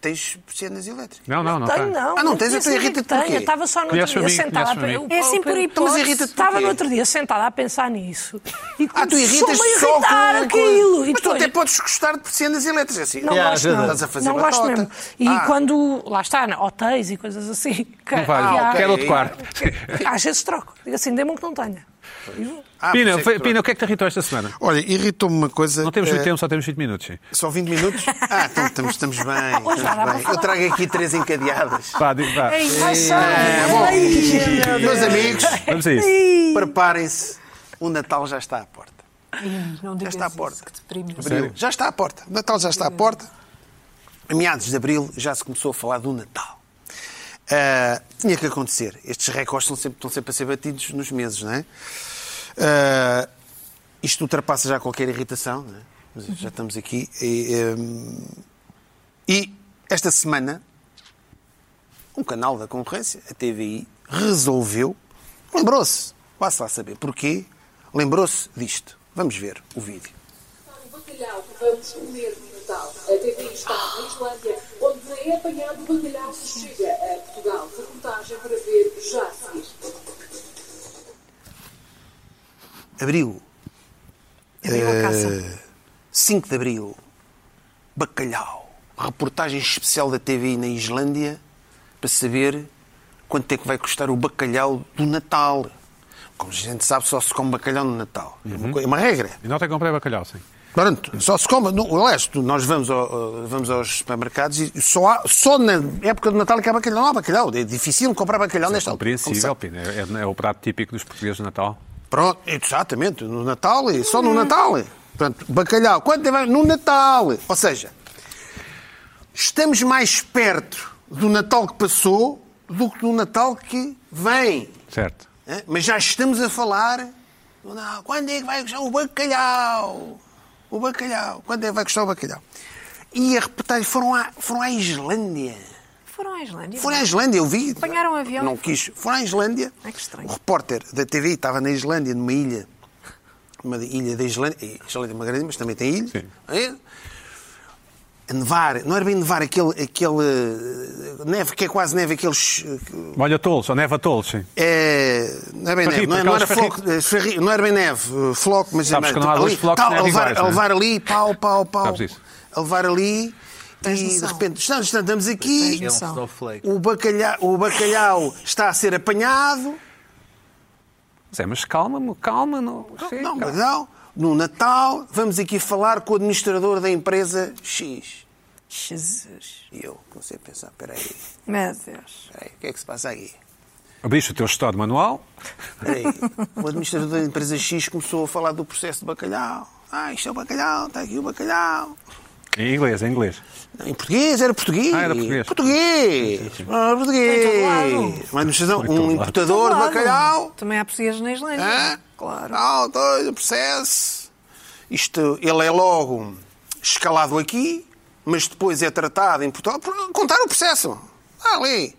S2: tens persianas elétricas.
S1: Não, não, não.
S3: Tenho,
S1: tá.
S3: não.
S2: Ah, não, tens,
S3: conheço
S2: então
S3: ninguém
S2: irrita-te
S3: que tenha.
S2: porquê?
S3: Estava só no outro
S1: Conheces-me
S3: dia
S1: a mim,
S3: sentada.
S1: conheces-me a
S3: pe-
S1: mim.
S3: o-
S5: É assim
S3: o-
S5: por
S3: o-
S5: hipótese.
S2: Mas irrita-te
S3: Estava
S2: porquê?
S3: no outro dia sentada a pensar nisso. E
S2: Ah, tu irritas
S3: começou-me a
S2: só com...
S3: irritar aquilo. E
S2: Mas tu
S3: depois-
S2: até podes gostar de persianas elétricas. Assim,
S3: Não
S2: Ah,
S3: gosto, não.
S2: Estás a fazer
S3: não gosto
S2: batota.
S3: mesmo. E
S2: Ah.
S3: quando, lá está, na- hotéis e coisas assim. que-
S1: Não vale,
S3: que
S2: Ah,
S3: há-
S1: quero outro quarto.
S3: que- Às vezes troco. Digo assim, dê-me um que não tenha. E vou.
S2: Ah,
S1: Pina,
S2: percebo,
S1: fe- Pina, o que é que te irritou esta semana?
S2: Olha, irritou-me uma coisa.
S1: Não temos muito
S2: eh,
S1: tempo, só temos 20 minutos. sim.
S2: Só 20 minutos? Ah, então estamos, estamos bem.
S3: Hoje já
S2: Estamos
S3: dá para
S2: bem.
S3: falar.
S2: Eu trago aqui três encadeadas.
S1: Vá, di- vá.
S5: É
S2: É, bom, meus amigos,
S1: Vamos a
S5: É
S1: isso.
S2: preparem-se. O Natal já está à porta.
S8: Não
S2: Já
S8: digas
S2: está à
S8: isso,
S2: é porta.
S8: que deprime.
S2: Abril. Já está à porta. O Natal já está à porta. A meados de abril já se começou a falar do Natal. Ah, tinha que acontecer. Estes recordes estão sempre, estão sempre a ser batidos nos meses, não é? Ah, isto ultrapassa já qualquer irritação, não é? Mas já estamos aqui. E, hum, e esta semana, um canal da concorrência, a TVI, resolveu, lembrou-se, vá-se lá saber porquê, lembrou-se disto. Vamos ver o vídeo.
S9: O bacalhau que vamos comer no Natal. A TV está na Islândia, onde é apanhado o bacalhau que chega a Portugal. Reportagem para ver já a seguir.
S2: Abril,
S5: Abriu a caça.
S2: 5 de Abril, Bacalhau. Reportagem especial da TVI na Islândia para saber quanto é que vai custar o bacalhau do Natal. Como a gente sabe, só se come bacalhau no Natal. É uma co- É uma regra.
S1: E não tem que comprar bacalhau, sim.
S2: Pronto, só se come. No o leste, nós vamos, ao- ao- eh, vamos aos supermercados e só, há- só na época do Natal que há bacalhau. Não há bacalhau. É difícil comprar bacalhau nesta altura. como
S1: Compreensível, Pina. É, é o prato típico dos portugueses de Natal.
S2: Pronto, exatamente, no Natal, e só no Natal. Portanto, bacalhau, quanto vai? No Natal. Ou seja, estamos mais perto do Natal que passou do que do Natal que vem.
S1: Certo.
S2: Hã? Mas já estamos a falar. do Natal. Quando é que vai custar o bacalhau? O bacalhau. Quando é que vai custar o bacalhau? E a reportagem foram à, foram à Islândia.
S5: Foram à Islândia.
S2: Foram à Islândia, eu vi.
S5: Apanharam um avião.
S2: Não quis. Foram à Islândia.
S5: Ai, que estranho.
S2: O repórter da TV estava na Islândia, numa ilha. Uma ilha da Islândia. A Islândia é uma grande, ilha, mas também tem ilha.
S1: Sim.
S2: É. A nevar. Não era bem nevar, aquele, aquele eh, neve que é quase neve, aqueles... eh,
S1: Molha tolos, ou neva tolos, sim.
S2: É, não é bem neve,
S1: Ferrito,
S2: não, é- não era
S1: aquelas
S2: floco, eh, ferri- não era bem neve, eh, floco, mas
S1: Sabes
S2: mas,
S1: que não há dois flocos
S2: tal,
S1: de
S2: a
S1: neve
S2: levar,
S1: iguais,
S2: a
S1: não é?
S2: levar ali, pau, pau, pau,
S1: Sabes isso.
S2: a levar ali e de
S5: noção.
S2: repente estamos, estamos aqui,
S5: Tens
S7: É um
S5: noção.
S7: snowflake.
S2: o bacalhau, o bacalhau está a ser apanhado.
S1: Zé, mas calma-me, calma. Não, Sim,
S2: Não,
S1: calma.
S2: mas não. No Natal, vamos aqui falar com o administrador da empresa X.
S5: Jesus.
S2: E eu comecei a pensar: peraí,
S5: Meu Deus.
S2: peraí, o que é que se passa aqui?
S1: Abriste o teu estado manual.
S2: Peraí, o administrador da empresa X começou a falar do processo de bacalhau. Ah, isto é o bacalhau, está aqui o bacalhau.
S1: Em inglês, em inglês.
S2: Não, Em português, era português.
S1: Ah, era português.
S2: Português. Ah, português. Uma administração, um importador de
S5: Claro.
S2: bacalhau.
S5: Também há portugueses na Islândia.
S2: Hã?
S5: Claro.
S2: Não, dois, o processo. Isto, ele é logo escalado aqui, mas depois é tratado em Portugal. Por- Contar o processo. Ah, ali.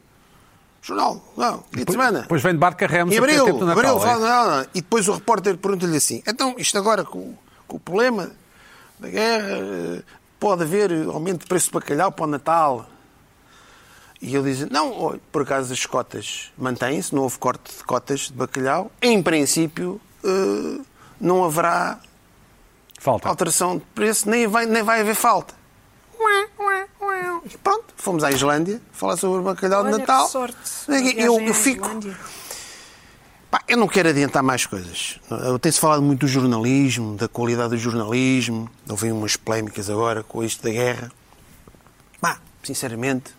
S2: Jornal, não, fim de semana.
S1: Depois vem de barca remos
S2: Em
S1: até
S2: abril,
S1: tempo do Natal. é?
S2: abril, fala, não, não. E depois o repórter pergunta-lhe assim: então, isto agora com, com o problema da guerra, eh, pode haver aumento de preço de bacalhau para o Natal? E ele diz: não, olha, por acaso as cotas mantêm-se, não houve corte de cotas de bacalhau, em princípio eh, não haverá
S1: Falta.
S2: alteração de preço, nem vai, nem vai haver falta. Ué, ué, ué. E pronto, fomos à Islândia falar sobre o bacalhau
S5: Olha
S2: de Natal.
S5: que sorte. Uma
S2: Eu-
S5: viagem
S2: eu-
S5: à
S2: eu fico.
S5: Islândia.
S2: Pá, eu não quero adiantar mais coisas. Eu Tem-se falado muito do jornalismo, da qualidade do jornalismo. Houve umas polémicas agora com isto da guerra. Pá, sinceramente,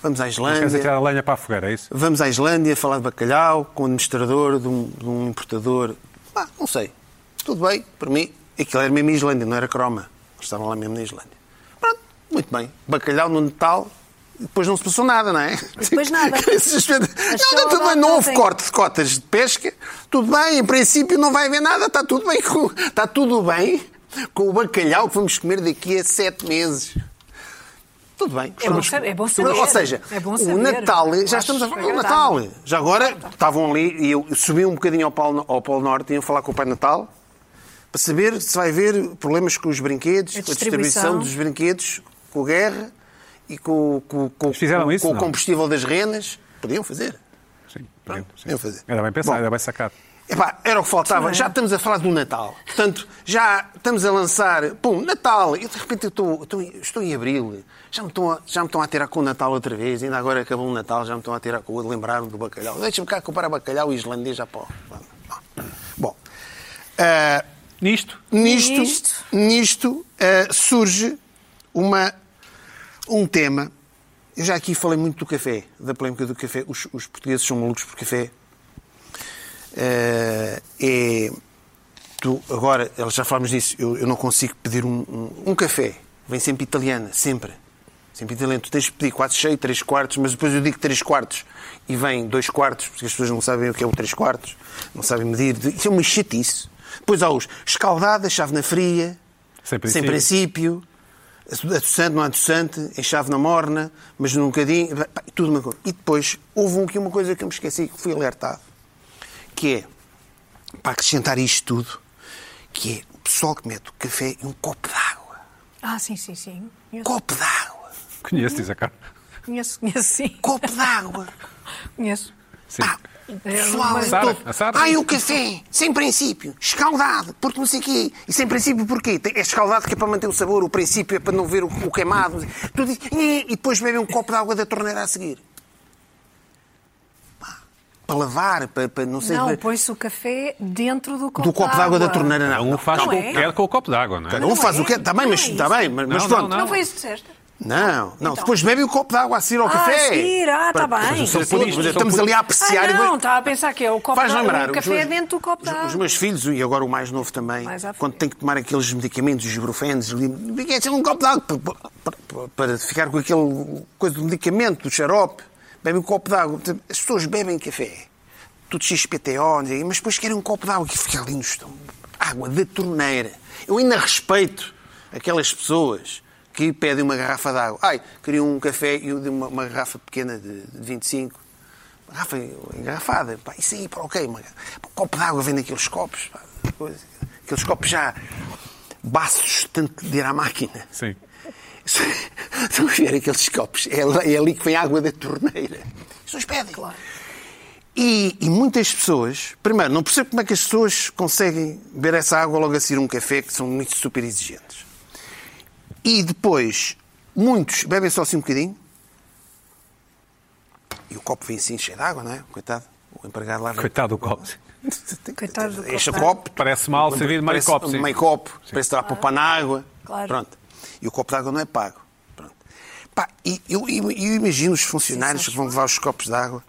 S2: vamos à
S1: Queres
S2: Islândia.
S1: tirar a lenha para a fogueira, é isso?
S2: Vamos à Islândia falar de um bacalhau com o administrador de um, de um importador. Pá, não sei. Tudo bem, para mim. Aquilo era mesmo na Islândia, não era croma. Eles estavam lá mesmo na Islândia. Pronto, muito bem. Bacalhau no Natal, depois não se passou nada, não é?
S5: depois nada.
S2: Suspeita.
S5: Achou
S2: não, não, tudo bem, não
S5: nada,
S2: houve
S5: tem.
S2: corte de cotas de pesca. Tudo bem, em princípio não vai haver nada, está tudo bem com, está tudo bem com o bacalhau que vamos comer daqui a sete meses. Tudo bem.
S5: É bom
S2: Estamos-
S5: saber, é bom saber.
S2: Ou seja,
S5: É bom
S2: o
S5: saber.
S2: Natal,
S5: Eu
S2: já
S5: acho
S2: estamos a falar do
S5: agradável. Tá
S2: Natal. Já agora estavam ali e eu subi um bocadinho ao Polo, ao Polo Norte e iam falar com o Pai Natal para saber se vai haver problemas com os brinquedos,
S5: A
S2: com a distribuição
S5: distribuição.
S2: dos brinquedos, com a guerra e com, com, com,
S1: fizeram
S2: com-
S1: isso,
S2: com o
S1: não?
S2: combustível das renas. Podiam fazer.
S1: Sim, sim.
S2: eu vou fazer.
S1: Era bem pensado,
S2: Bom.
S1: era bem sacado.
S2: Epá, era o que faltava. Já estamos a falar do Natal. Portanto, já estamos a lançar. Pum, Natal! E de repente eu estou, eu estou, em- estou em abril. Já me, estão a, já me estão a tirar com o Natal outra vez. Ainda agora acabou o Natal, já me estão a tirar com o. Lembraram do bacalhau. Deixa-me cá comprar bacalhau islandês já pó. Bom. ah,
S1: Nisto,
S2: nisto, nisto.
S5: Nisto.
S2: ah, surge uma, um tema. Eu já aqui falei muito do café, da polémica do café. Os, os portugueses são malucos por café. Ah, é, tu, agora, já falámos disso, eu, eu não consigo pedir um, um, um café. Vem sempre italiana, sempre. Sempre italiana. Tu tens de pedir quatro cheio, três quartos, mas depois eu digo três quartos e vem dois quartos, porque as pessoas não sabem o que é o três quartos, não sabem medir. Isso é uma chatice. Depois há os escaldada, chave na fria,
S1: Sem
S2: sem
S1: princípio.
S2: princípio, adoçante, não adoçante, em chave na morna, mas num bocadinho, pá, tudo uma coisa. E depois houve um, que uma coisa que eu me esqueci, que fui alertado, que é, para acrescentar isto tudo, que é o pessoal que mete o café e um copo d'água.
S5: Ah, sim, sim, sim.
S2: Um
S5: Conheço,
S2: copo d'água.
S1: conheço, diz a cara.
S5: conheço, conheço, sim.
S2: Copo d'água.
S5: Conheço.
S1: Sim.
S2: Pá, o Ah, pessoal
S5: A
S2: é
S1: Sara,
S2: todo.
S1: a Sara.
S2: Ai, o café, sem princípio, escaldado, porque não sei o quê. E sem princípio porquê? Tem- É escaldado que é para manter o sabor, o princípio é para não ver o, o queimado. Tudo isso. E e depois bebe um copo de água da torneira a seguir. Pá, Para lavar, para, para não sei...
S5: Não,
S2: para-
S5: põe-se o café dentro do copo
S2: do copo de água da torneira,
S1: Cada
S2: não.
S1: um faz
S5: Não
S1: o
S5: é?
S1: que quer com o copo d'água, não é?
S2: Cada um
S5: Não
S2: faz
S5: é
S2: o quê?
S5: isso,
S2: Está bem,
S5: não
S2: mas,
S5: é
S2: está
S5: isso.
S2: bem, mas, mas
S1: Não,
S2: pronto.
S1: não,
S5: Não foi isso que disseste?
S2: Não, não, depois bebe o copo de água a seguir ao
S5: Ah,
S2: café.
S5: a seguir, ah, está
S2: Para- São
S5: bem. São
S2: puristas,
S1: puristas.
S2: Estamos ali a apreciar
S5: Ah,
S2: e
S5: não, estava a pensar que é o copo
S2: Faz
S5: de água-
S2: lembrar.
S5: o
S2: os
S5: café
S2: meus-
S5: é dentro do copo
S2: os,
S5: de água.
S2: Os meus filhos, e agora o mais novo também,
S5: Mais à frente.
S2: quando tem que tomar aqueles medicamentos, os ibuprofenos, é um copo de água para, para- para- para ficar com aquele coisa do medicamento, do xarope, bebe um copo de água. Portanto, As pessoas bebem café, tudo XPTO, não sei, mas depois querem um copo de água que fica ali no estômago. Água da torneira. Eu ainda respeito aquelas pessoas que pedem uma garrafa de água. Ai, queria um café e eu dei uma, uma garrafa pequena de, de 25 garrafa Ah, engarrafada. Pá, isso aí, pá, ok. Mas, pá, copo de água vem daqueles copos. Pá, coisa, aqueles copos já baços de tanto de ir à máquina.
S1: Sim.
S2: Estão a ver aqueles copos? É, lá- é ali que vem a água da torneira. As pessoas pedem. Claro. E, e muitas pessoas, primeiro, não percebo como é que as pessoas conseguem beber essa água logo a seguir um café, que são muito super exigentes. E depois, muitos bebem só assim um bocadinho, e o copo vem assim cheio de água, não é? Coitado, o empregado lá.
S1: Coitado do copo. sim.
S5: Coitado do copo é?
S2: Enche o
S5: de água.
S2: copo,
S1: Parece mal servir de meio
S2: parece-
S1: copo. sim.
S2: meio copo, parece que está a poupar na água.
S5: Claro.
S2: Pronto. E o copo de água não é pago. Pronto. Pá, e eu, eu- eu imagino os funcionários que vão levar os copos de água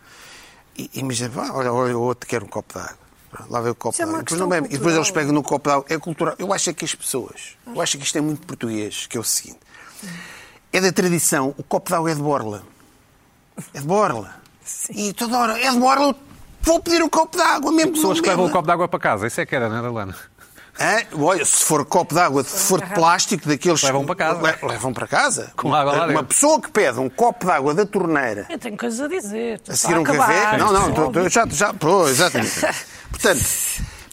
S2: e e imagina, pá, olha, olha, o outro quer um copo de água. Pronto, Lá vem o copo
S5: Isso é
S2: de água.
S5: uma
S2: E depois, não
S5: questão
S2: bebe. e depois
S5: cultural.
S2: eles pegam no copo de água. É cultural. Eu acho é que as pessoas, eu acho que isto é muito português, que é o seguinte: é da tradição, o copo de água é de borla. É de borla. E toda hora, é de borla, eu vou pedir um copo de água mesmo.
S1: Pessoas
S2: não
S1: que levam o
S2: beba.
S1: copo d'água para casa. Isso é que era, não era, Lana?
S2: Hã? Olha, se for copo de água, se for de plástico, daqueles.
S1: Levam para casa.
S2: Le- Levam para casa.
S1: Com água lá
S2: Uma- Uma
S1: dentro.
S2: pessoa que pede um copo de água da torneira
S3: Eu tenho coisas a dizer.
S2: a seguir um
S3: Está a acabar,
S2: café. Não, não,
S3: resolve.
S2: tô- tô- já. já pô, exatamente. Portanto,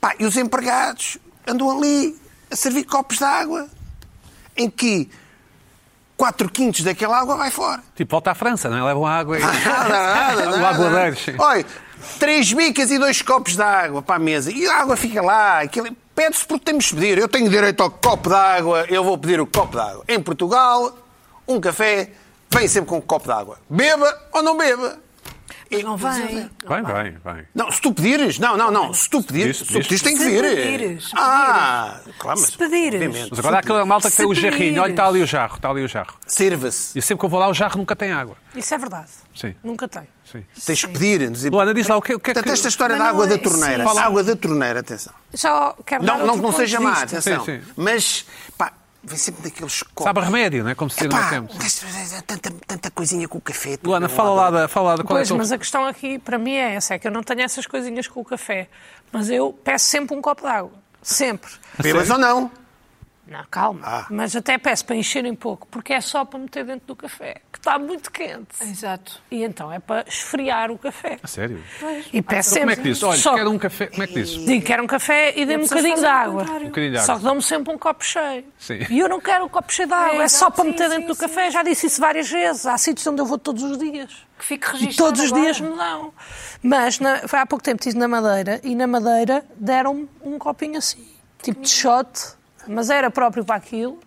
S2: pá, e os empregados andam ali a servir copos de água em que 4 quintos daquela água vai fora.
S1: Tipo, volta à França, não é? Levam água e...
S2: Ah, Nada, nada, nada.
S1: Lagoadeiros.
S2: Olha, três bicas e dois copos de água para a mesa. E a água fica lá. aquilo- Pede-se porque temos de pedir. Eu tenho direito ao copo de água, eu vou pedir o copo de água. Em Portugal, um café vem sempre com um copo de água. Beba ou não beba.
S5: Mas não vem.
S1: Vai, vai, vai.
S2: Não, se tu pedires, não, não, não, se tu pedires,
S1: Pediste,
S2: se tu pedires
S1: pediste.
S2: tem que
S5: Se
S2: vir.
S5: pedires, se
S2: ah, claro, mas
S5: Se pedires.
S2: obviamente.
S1: Mas agora há aquela malta que tem o
S5: Se
S1: jarrinho. Olha,
S5: pedires.
S1: está ali o jarro, está ali o jarro.
S2: Sirva-se.
S1: E sempre que eu vou lá, o jarro nunca tem água.
S3: Isso é verdade.
S1: Sim.
S3: Nunca tem.
S1: Sim.
S2: Tens que pedir. dizer-
S1: Luana, diz lá, o que, o que é que...
S2: Portanto, esta história
S5: Mas
S2: da
S5: não
S2: água
S5: é-
S2: da torneira.
S5: sim.
S2: A água da torneira, atenção.
S3: Só quero dar
S2: Não, não,
S3: outro
S2: não
S3: ponto
S2: seja
S3: de
S2: má,
S3: vista.
S1: tipo,
S2: atenção.
S1: Sim, sim.
S2: Mas, pá, vem sempre daqueles copos.
S1: Sabe a remédio, não é? Como se diz no meu
S2: Epá,
S1: tempo.
S2: mas- mas é tanta, tanta coisinha com o café. tudo
S1: Luana,
S2: bem,
S1: fala lá da... Fala lá da qual é a
S3: Pois,
S1: tua-
S3: mas a questão aqui para mim é essa, é que eu não tenho essas coisinhas com o café, mas eu peço sempre um copo de água, sempre.
S2: Bebas ou não?
S3: Não, calma,
S2: Ah.
S3: mas até peço para encherem pouco, porque é só para meter dentro do café, que está muito quente.
S5: Exato.
S3: E então é para esfriar o café.
S1: A sério?
S3: E peço
S1: Como
S3: sempre.
S1: é que dizes? Olha,
S3: só...
S1: quero um café... Como é que dizes?
S3: Digo, quero um café e dê-me um
S5: pessoas
S3: bocadinho de
S5: fazem o
S3: água.
S5: contrário. Um
S1: bocadinho de
S3: Só
S1: água.
S3: que dão-me sempre um copo cheio.
S1: Sim.
S3: E eu não quero um copo cheio de água. É,
S5: É,
S3: só
S5: exato,
S3: para meter
S5: sim,
S3: dentro do
S5: sim,
S3: café. Já disse isso várias vezes. Há sítios onde eu vou todos os dias.
S5: Que fique
S3: E
S5: registado
S3: todos os
S5: agora.
S3: dias me dão. Mas na- foi há pouco tempo estive na Madeira e na Madeira deram-me um copinho assim, tipo de shot, mas era próprio para aquilo,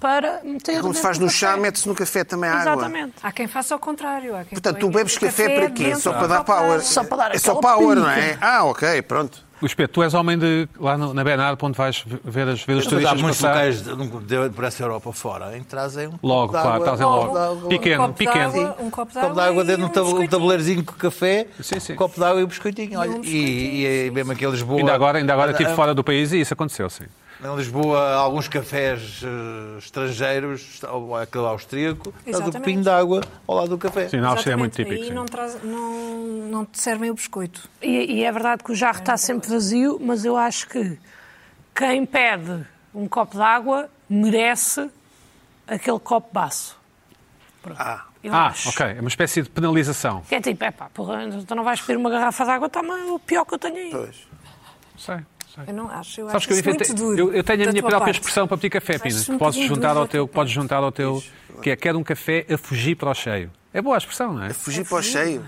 S3: para meter
S2: Como
S3: dentro
S2: se faz
S3: do
S2: no
S3: café.
S2: chá, mete-se no café também a água.
S3: Exatamente.
S5: Há quem faça ao contrário. Há quem
S2: Portanto, tu
S5: ponha
S2: bebes
S5: o
S2: café para quê?
S5: dentro
S2: Só
S5: do
S2: para dar
S5: copo de
S2: power.
S5: água.
S3: Só para dar
S2: É só
S3: aquela
S2: power,
S3: pica.
S2: não é? Ah, ok, pronto.
S1: Luís Pedro, tu és homem de... Lá no- na Bernardo, onde vais ver as, ver os
S6: Há
S1: turistas
S6: muitos
S1: passar...
S6: locais de- de- por essa Europa fora em que trazem um
S1: Logo,
S6: copo de
S1: claro,
S6: água.
S1: trazem
S6: Um copo
S1: logo.
S6: de água.
S1: Pequeno,
S5: Um copo de
S1: pequeno.
S5: água, Um copo de
S6: Um copo de água
S5: água
S6: dentro
S5: e
S6: de
S5: um
S6: um, tab- um
S5: biscoitinho.
S6: tabuleirozinho com café,
S1: Sim, sim.
S6: copo de água e um biscoitinho. Olha, e, e, e mesmo aqui em Lisboa.
S1: Ainda agora, ainda agora estive
S6: Ah,
S1: fora do país e isso aconteceu, sim.
S6: Em Lisboa, alguns cafés eh, estrangeiros, ou aquele austríaco, traz o
S5: Exatamente.
S6: copinho de água ao lado do café.
S1: Sim, na Áustria é muito
S5: Exatamente,
S1: típico.
S5: Aí
S1: sim.
S5: não, traz, não, não te servem o biscoito.
S3: E, e é verdade que o jarro está sempre vazio, mas eu acho que quem pede um copo de água merece aquele copo baço. Pronto. Eu
S1: Ah,
S3: acho.
S1: ok. É uma espécie de penalização.
S3: Que é tipo, é pá, porra, tu não vais beber uma garrafa de água, está-me o pior que eu tenho aí.
S1: Sei, sei.
S5: Eu não acho. Eu
S1: Sabes
S5: acho
S1: que eu,
S5: isso muito
S1: te-
S5: duro.
S1: eu- eu tenho a
S5: da
S1: minha
S5: tua
S1: própria
S5: parte.
S1: expressão para pedir café, Pina.
S5: Acho
S1: que
S5: um
S1: podes
S5: bocadinho
S1: juntar
S5: duro
S1: ao
S5: da
S1: teu,
S5: tua
S1: podes juntar ao teu, que é quero um café a fugir para o cheio. É boa a expressão, não é?
S2: Fugir para o cheio.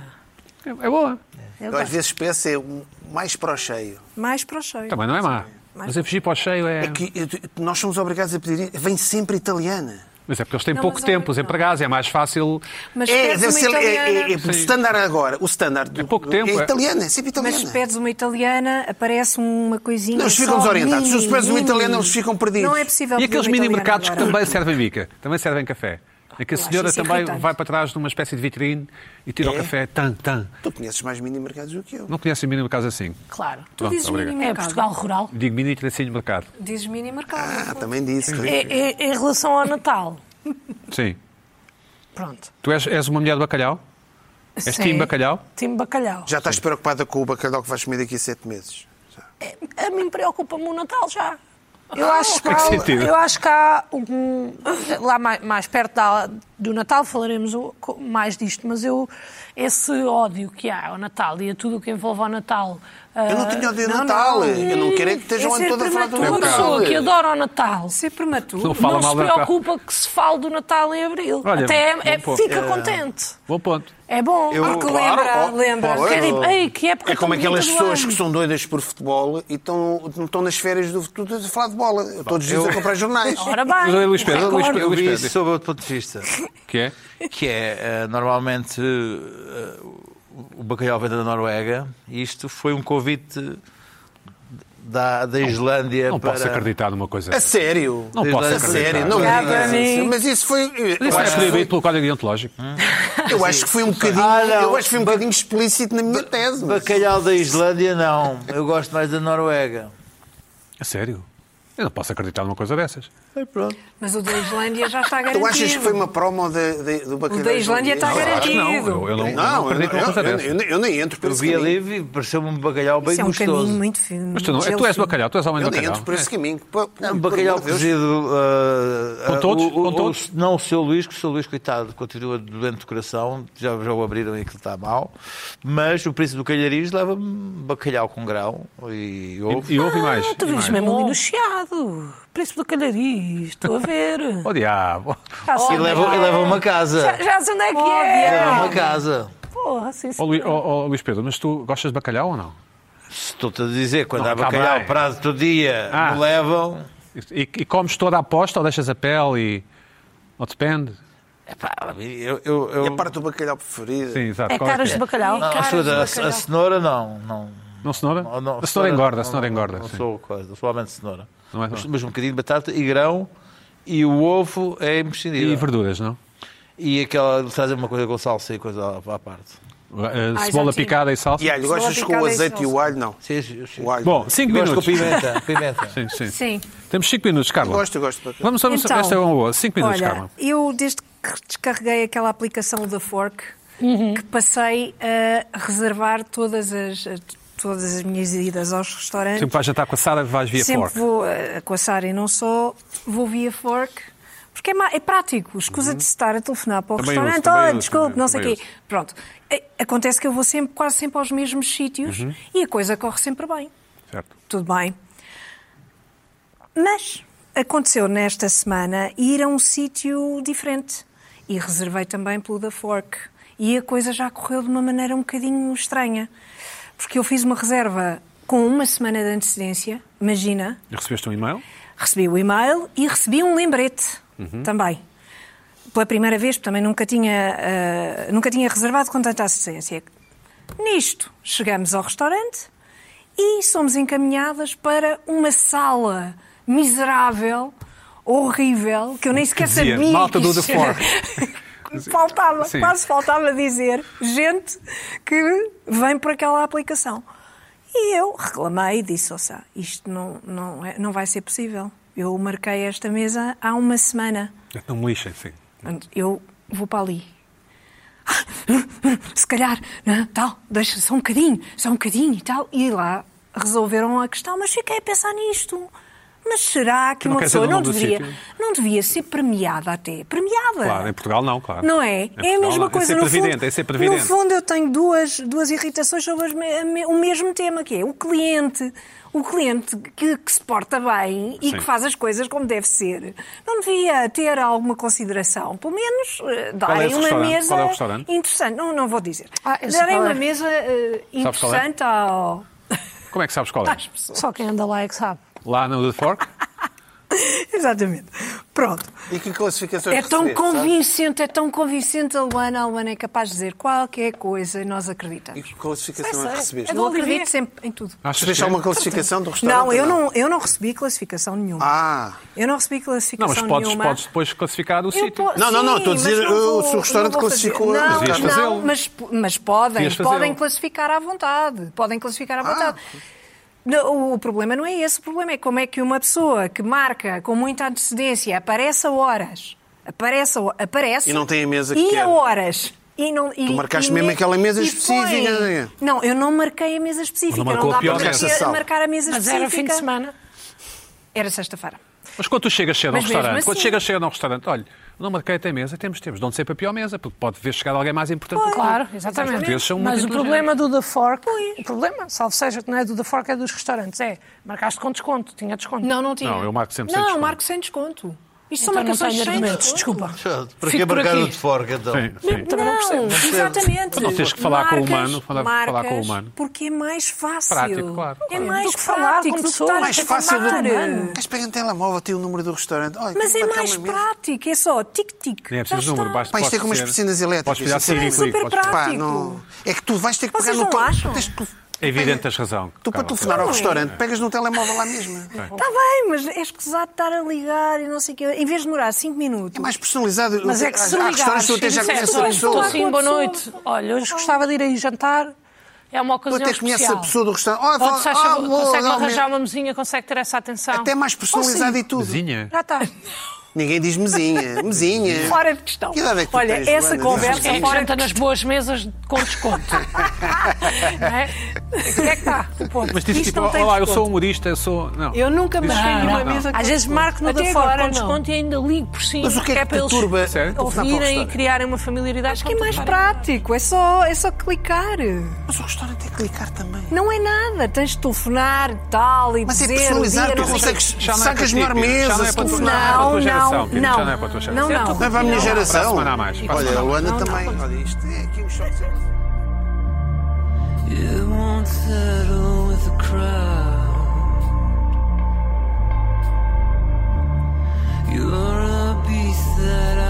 S1: É é boa.
S2: Eu às vezes penso é o mais para o cheio.
S5: Mais para o cheio.
S1: Também não é má. Mas a fugir para o cheio é.
S2: É que eu- nós somos obrigados a pedir. Vem sempre italiana.
S1: Mas é porque eles têm
S5: Não,
S1: pouco
S5: mas
S1: tempo, os
S5: olha, não.
S1: empregados, é mais fácil.
S5: Mas
S2: É,
S5: pedes
S2: deve
S5: uma
S2: ser. é-
S5: italiana.
S2: é- é- o standard agora. O standard. do-
S1: pouco tempo,
S2: É
S1: é.
S2: italiana, é sempre italiana.
S5: Mas pedes uma italiana, aparece uma coisinha.
S2: Não, eles ficam
S5: só
S2: desorientados. Se
S5: mini,
S2: os pedes uma
S5: mini.
S2: italiana, eles ficam perdidos.
S5: Não é possível.
S1: E
S5: pedir
S1: aqueles
S5: uma
S1: mini
S5: italiana
S1: mercados que
S5: agora. Ah,
S1: também servem bica, também servem café. É que a
S5: Eu acho
S1: senhora
S5: isso
S1: também
S5: irritante.
S1: vai para trás de uma espécie de vitrine e tira o
S2: É?
S1: café, tan, tan.
S2: Tu conheces mais mini mercados do que eu.
S1: Não conhece o mínimo caso assim.
S3: Claro.
S5: Tu dizes
S1: obrigado.
S5: mini
S3: É
S5: mercado.
S3: Portugal rural.
S1: Digo mini tracinho mercado.
S5: Dizes mini
S2: Ah,
S5: mercado.
S2: também disse.
S3: É- é- em relação ao Natal,
S1: Sim.
S3: pronto.
S1: Tu és, és uma mulher de bacalhau? És
S3: Sim.
S1: time bacalhau?
S3: Time bacalhau.
S2: Já estás preocupada com o bacalhau que vais comer daqui a sete meses.
S3: A mim preocupa-me o Natal já. Eu acho, que
S1: que
S3: há- um-
S1: sentido?
S3: eu acho que há um- lá mais, mais perto da- do Natal falaremos o- co- mais disto, mas eu esse ódio que há ao Natal e a tudo o que envolve ao Natal. ah,
S2: Eu não tenho ódio de Natal. Eu não quero é que estejam
S5: Esse é
S2: ano todo a falar do
S5: prematuro.
S3: uma
S2: Natal.
S3: pessoa que adora o Natal
S5: Ser prematuro.
S1: Não fala
S3: não se
S1: mal do Natal.
S3: preocupa que se fale do Natal em Abril.
S1: Olha,
S3: Até é-
S1: bom
S3: é-
S1: ponto.
S3: fica contente.
S1: Bom ponto.
S3: É bom.
S5: Eu- Porque lembra,
S2: Claro,
S5: lembra.
S2: pois.
S5: É
S3: tipo, ei, que época
S2: É como
S3: tão
S2: aquelas
S3: bonita do
S2: pessoas
S3: ano.
S2: que são doidas por futebol e estão, não estão nas férias do futuro a falar de bola. Eu Todos os dias a comprar jornais.
S3: Ora bem.
S1: Mas, Luís Pedro, Luís
S3: recordo.
S1: Pedro.
S6: Eu vi
S1: Espera.
S6: isso sob outro ponto de vista,
S1: Que é?
S6: que é eh, normalmente eh, o bacalhau vem da Noruega e isto foi um convite da, da Islândia
S1: Não
S6: para...
S1: posso acreditar numa coisa
S2: A
S1: dessa.
S2: sério.
S1: Não posso
S6: A
S2: A
S1: acreditar.
S2: sério. Não me
S5: Ah,
S2: digas
S5: para
S2: isso.
S5: mim.
S2: Mas isso foi. Eu
S1: é Isso é
S2: acho, que
S1: proibido
S2: foi-
S1: pelo Código Deontológico.
S2: eu acho que foi um bocadinho.
S6: Ah, não.
S2: eu acho que foi um bocadinho explícito na minha tese. mas-
S6: Bacalhau da Islândia, não. Eu gosto mais da Noruega.
S1: A É sério? Eu não posso acreditar numa coisa dessas.
S5: Mas o da Islândia já está garantido.
S2: Tu achas que foi uma promo de, de, do bacalhau?
S5: O da Islândia está
S2: Não,
S5: garantido.
S1: Não, eu, eu não, eu não
S2: eu,
S1: acredito numa coisa
S2: eu-
S1: dessas.
S2: eu- eu nem entro por
S6: Eu
S2: esse
S6: vi ali
S2: caminho.
S6: e pareceu-me um bacalhau bem
S5: Isso é um
S6: gostoso.
S5: caminho muito firme.
S1: Mas tu, não, tu és bacalhau, tu és homem de
S2: Eu nem
S1: bacalhau. É.
S2: entro por esse caminho. Pô,
S6: Não,
S2: por
S6: Um bacalhau
S2: amor de Deus.
S6: cozido. ah,
S1: Com
S6: ah,
S1: todos?
S6: o- o-
S1: Com todos?
S6: o- não, o seu Luís, que o seu Luís, coitado, continua doente do coração, já, já o abriram e aquilo está mal. Mas o príncipe do calhariz leva-me bacalhau com grão e ovo.
S1: E ouve mais.
S3: Ah, tu
S1: e
S3: vives
S1: mais.
S3: mesmo ali no Chiado. Príncipe do Calhariz, estou a ver.
S1: Oh, diabo.
S5: Ah,
S3: Já sei
S6: E
S3: onde é
S6: leva-
S3: que
S6: e
S3: é.
S6: leva-me a casa.
S3: Já, já sei onde é que
S6: Leva-me
S3: é.
S6: a casa.
S3: Porra, sim, sim.
S1: Oh, Lu- oh, oh, Luís Pedro, mas tu gostas de bacalhau ou não?
S6: Estou-te a dizer, quando
S1: Não,
S6: há
S1: tá
S6: bacalhau
S1: bem.
S6: prato todo dia,
S1: Ah.
S6: me levam.
S1: E, e comes toda a aposta ou deixas a pele e... Ou depende?
S7: Epá, eu, eu, eu-
S2: É a parte do bacalhau preferido.
S1: Sim, exato.
S3: É
S1: Qual
S3: caras
S1: que
S3: de bacalhau.
S7: Não, a, cenoura, a- a
S5: bacalhau.
S7: cenoura não. não.
S1: Oh, Não cenoura?
S7: não,
S1: a cenoura engorda, a cenoura
S7: não,
S1: engorda.
S7: Não
S1: sim.
S7: sou coisa, sou somente cenoura.
S1: Não é
S7: mas,
S1: cenoura.
S7: mas um bocadinho de batata e grão e o ovo é
S1: E
S7: imprescindível.
S1: verduras, não?
S7: E, aquela, trazem uma coisa com salsa e coisa à, à parte.
S1: Uh,
S3: Ah,
S5: Ai,
S1: cebola
S5: já tinha.
S1: picada e salsa?
S2: E alho,
S5: Cebola
S2: gostas com o
S5: picada e
S2: azeite e o
S5: salsa.
S2: alho? Não.
S7: Sim, sim, sim.
S2: O alho.
S1: Bom, 5
S7: Gosto com
S1: minutos.
S7: pimenta, pimenta.
S1: Sim, sim.
S5: Sim.
S1: Temos 5 minutos, Carla.
S2: Gosto, eu gosto.
S1: Vamos, vamos,
S5: Então,
S1: esta é uma boa. 5 minutos,
S5: Olha,
S1: Carla.
S5: eu desde que descarreguei aquela aplicação da Fork,
S1: Uhum.
S5: que passei a reservar todas as, a- todas as minhas idas aos restaurantes.
S1: Sempre vais jantar com a Sara, vais via
S5: Sempre
S1: Fork.
S5: vou eh, com a Sara e não só, vou via Fork, porque é, ma- é prático, escusa de estar a telefonar para o
S1: Uhum. Também uso,
S5: restaurante,
S1: também
S5: oh,
S1: uso,
S5: desculpe,
S1: também,
S5: não sei o
S1: também
S5: quê. Pronto, Eh, acontece que eu vou sempre, quase sempre aos mesmos sítios
S1: Uhum.
S5: e a coisa corre sempre bem
S1: Certo.
S5: tudo bem. Mas aconteceu nesta semana ir a um sítio diferente e reservei também pelo da Fork. E a coisa já correu de uma maneira um bocadinho estranha, porque eu fiz uma reserva com uma semana de antecedência, imagina,
S1: E Recebeste um e-mail?
S5: recebi o e-mail e recebi um lembrete
S1: Uhum.
S5: também. Pela primeira vez, porque também nunca tinha, ah, nunca tinha reservado com tanta assistência. Nisto, chegamos ao restaurante e somos encaminhadas para uma sala miserável, horrível, que eu nem sequer
S1: dizia,
S5: sabia.
S1: "Malta
S5: que
S1: do The
S5: isto era." faltava,
S1: Sim.
S5: quase faltava dizer gente que vem por aquela aplicação. E eu reclamei e disse, ouça, isto não, não, é- não vai ser possível. Eu marquei esta mesa há uma semana.
S1: Não me lixem, sim.
S5: Portanto, Eu vou para ali. Ah, Se calhar, né, tal, deixa só um bocadinho, só um bocadinho e tal. E lá resolveram a questão, mas fiquei a pensar nisto. Mas será que
S1: Eu não
S5: uma
S1: quero saber
S5: pessoa
S1: o
S5: não
S1: nome do
S5: deveria,
S1: sítio.
S5: não devia ser premiada até? Premiada!
S1: Claro, em Portugal não, claro.
S5: Não
S1: Em
S5: é? é a
S1: Portugal
S5: mesma
S1: não.
S5: coisa.
S1: É ser
S5: no fundo-
S1: previdente, é ser previdente.
S5: No fundo, eu tenho duas, duas irritações sobre as me- a me- o mesmo tema, que é o cliente. O cliente que, que se porta bem e
S1: Sim.
S5: que faz as coisas como deve ser. Não devia ter alguma consideração. Pelo menos eh,
S1: Qual é
S5: darem
S1: esse
S5: uma
S1: restaurante?
S5: mesa
S1: Qual é o restaurante?
S5: interessante. Não, não vou dizer.
S3: Ah, eu sei
S5: darem
S3: qual é.
S5: uma mesa eh,
S1: Sabes qual é?
S5: interessante ao...
S1: Como é que sabes qual é?
S5: às pessoas.
S3: Só quem anda lá é que sabe.
S1: Lá no The Fork?
S5: Exatamente. Pronto.
S2: E que classificações
S5: É tão
S2: recebeste, sabe?
S5: convincente, é tão convincente a Luana. A Luana é capaz de dizer qualquer coisa e nós acreditamos.
S2: E que classificação é que recebeste?
S5: Eu não
S3: Olivier.
S5: acredito sempre em tudo.
S1: Achas
S2: Recebeste
S1: que é?
S2: alguma classificação do restaurante?
S5: Não, eu não, eu não recebi classificação nenhuma.
S2: Ah,
S5: Eu não recebi
S1: Não,
S5: classificação
S1: mas podes,
S5: nenhuma.
S1: podes depois classificar o
S5: Eu
S1: sítio.
S5: po-
S2: Não, não, não, estou a
S5: Sim,
S2: dizer,
S5: mas não
S2: eu-
S5: vou-
S2: se o restaurante
S5: não vou
S2: classificou,
S5: fazer.
S1: devias
S5: Não,
S1: fazê-lo.
S5: não, mas, mas podem,
S1: Devias fazê-lo.
S5: podem classificar à vontade. Podem classificar
S2: Ah,
S5: à vontade. Não, o problema não é esse, o problema é como é que uma pessoa que marca com muita antecedência aparece a horas, aparece, a ho- aparece
S2: E não tem a mesa que
S5: e
S2: quer.
S5: a horas. E não, e,
S2: Tu marcaste
S5: e
S2: mesmo
S5: me-
S2: aquela mesa
S5: e
S2: específica,
S5: põe-
S2: não é?
S5: Não, eu não marquei a mesa específica.
S1: marcou
S5: Não
S1: a
S5: dá
S1: pior
S5: para
S1: mesa.
S5: marcar- marcar a mesa
S3: Mas
S5: específica.
S3: era fim de semana.
S5: Era sexta-feira.
S1: Mas quando tu chegas cedo a um
S5: Mas mesmo
S1: restaurante, quando
S5: assim-
S1: chegas cedo a um restaurante, olha, não marquei até é mesa, temos, temos. Dão-te sempre a pior mesa, porque pode ver chegar alguém mais importante do que tu.
S3: Claro,
S1: Às
S3: exatamente.
S1: vezes são muito
S3: Mas o
S1: inteligentes.
S3: problema do The Fork, o problema, salvo seja que não é do The Fork, é dos restaurantes. É, marcaste com desconto, tinha desconto.
S5: Não, não tinha.
S1: Não, eu marco sempre sem
S5: Não,
S1: desconto.
S5: marco sem desconto. Isto
S3: Então
S5: são
S3: não
S5: marcações
S3: tenho
S5: sem
S3: argumentos,
S5: desconto.
S3: desculpa.
S7: Para que
S3: Fico por
S7: marcar
S3: aqui.
S7: o de forca, então?
S1: Sim, sim.
S3: Também não
S5: Não,
S3: percebo.
S5: exatamente.
S1: Não tens que falar com o
S5: Marcas-
S1: humano, falar- falar com o
S5: marcas,
S1: humano.
S5: Porque é mais fácil.
S1: Prático, claro,
S5: É
S1: claro.
S5: mais
S3: Do que falar com
S5: prático do que
S3: pessoas.
S5: estar
S2: mais
S5: a
S2: fácil do
S5: falar.
S2: Queres pegar um telemóvel, tem o número do restaurante. Olha,
S5: Mas
S2: tem
S5: é
S2: que marcar
S5: mais
S2: uma mesa.
S5: prático, é só tic-tic.
S1: Nem é preciso
S5: já
S1: número,
S5: está.
S1: basta.
S2: Pá, isto é
S1: pode
S2: como as
S1: ser-
S2: piscinas elétricas.
S1: Podes virar
S2: Isso é
S1: cíclico,
S5: super
S1: podes-
S5: prático.
S2: Pá, não- É que tu vais ter que
S5: Vocês
S2: pegar no
S5: não
S2: teu-
S5: acham?
S2: tens que-
S1: É evidente, tens razão.
S2: Tu para
S1: Carla.
S2: telefonar ao
S5: Não é.
S2: restaurante, pegas no telemóvel lá mesmo.
S5: Está bem, mas é escusado estar a ligar e não sei o quê. Em vez de demorar 5 minutos.
S2: É mais personalizado.
S3: Mas é que se
S2: Há
S3: ligares,
S2: restaurantes que eu
S3: e
S2: até já
S3: disseres,
S2: conheço a
S5: "Olha,
S3: estou
S2: pessoa.
S5: assim,
S2: Tu
S3: sim, boa
S5: pessoa."
S3: noite. Olha, hoje gostava de ir aí jantar. É uma ocasião
S2: até conheces a
S3: especial.
S2: pessoa do restaurante. Olha,
S3: Pode,
S2: fala-
S3: se achar,
S2: ah, boa,
S3: consegue
S2: dá-me-
S3: arranjar uma mesinha, consegue ter essa atenção.
S2: Até mais personalizado e tudo.
S1: Vizinha.
S3: Já está.
S2: Ninguém diz mesinha. Mesinha.
S5: Fora de questão.
S2: Que idade é que tu
S5: Olha,
S2: tens,
S5: essa
S2: Joana?
S5: conversa
S3: É,
S5: fora
S3: janta nas boas mesas com desconto. Não é? O que é que
S5: tá?
S3: está? O ponto.
S1: Mas dizes
S5: Isto
S1: tipo,
S5: não tem
S1: olá, eu sou
S5: desconto.
S1: humorista, eu sou. Não.
S8: Eu nunca
S1: Dizes,
S8: marquei
S1: "Não,
S8: uma
S1: não."
S8: mesa
S3: Às vezes marco no
S5: Até
S3: da fora
S5: agora
S3: com
S5: não.
S3: desconto e ainda ligo por cima.
S2: Mas o que é que te turba?
S1: Sério?
S3: para
S2: Telefonar
S3: eles
S2: para o
S3: ouvirem e
S2: restaurante.
S3: criarem uma familiaridade.
S5: Acho que é
S3: com
S5: mais
S3: tudo.
S5: prático, é só, é só clicar.
S2: Mas o restaurante tem que clicar também.
S5: Não é nada, tens de telefonar tal e
S2: Mas é
S5: dizer. o
S2: personalizado,
S5: dia,
S2: tu
S5: não sei o quê.
S2: consegues.
S1: Já não é para
S2: Sacas
S1: ti,
S2: melhor
S1: Pedro. Já não é
S2: mesa.
S1: para a tua-
S5: Não,
S1: não é para a tua
S5: não,
S1: geração, Pedro. Já
S5: não.
S1: não é para a tua
S5: Não,
S1: geração.
S5: não.
S2: Não é para a minha
S1: Para a
S2: geração.
S1: semana a mais. Para a
S2: Olha,
S1: semana
S2: a
S1: a mais.
S2: Luana também. Olha, isto é aqui um choque.
S8: You won't settle with the crowd. You're a beast that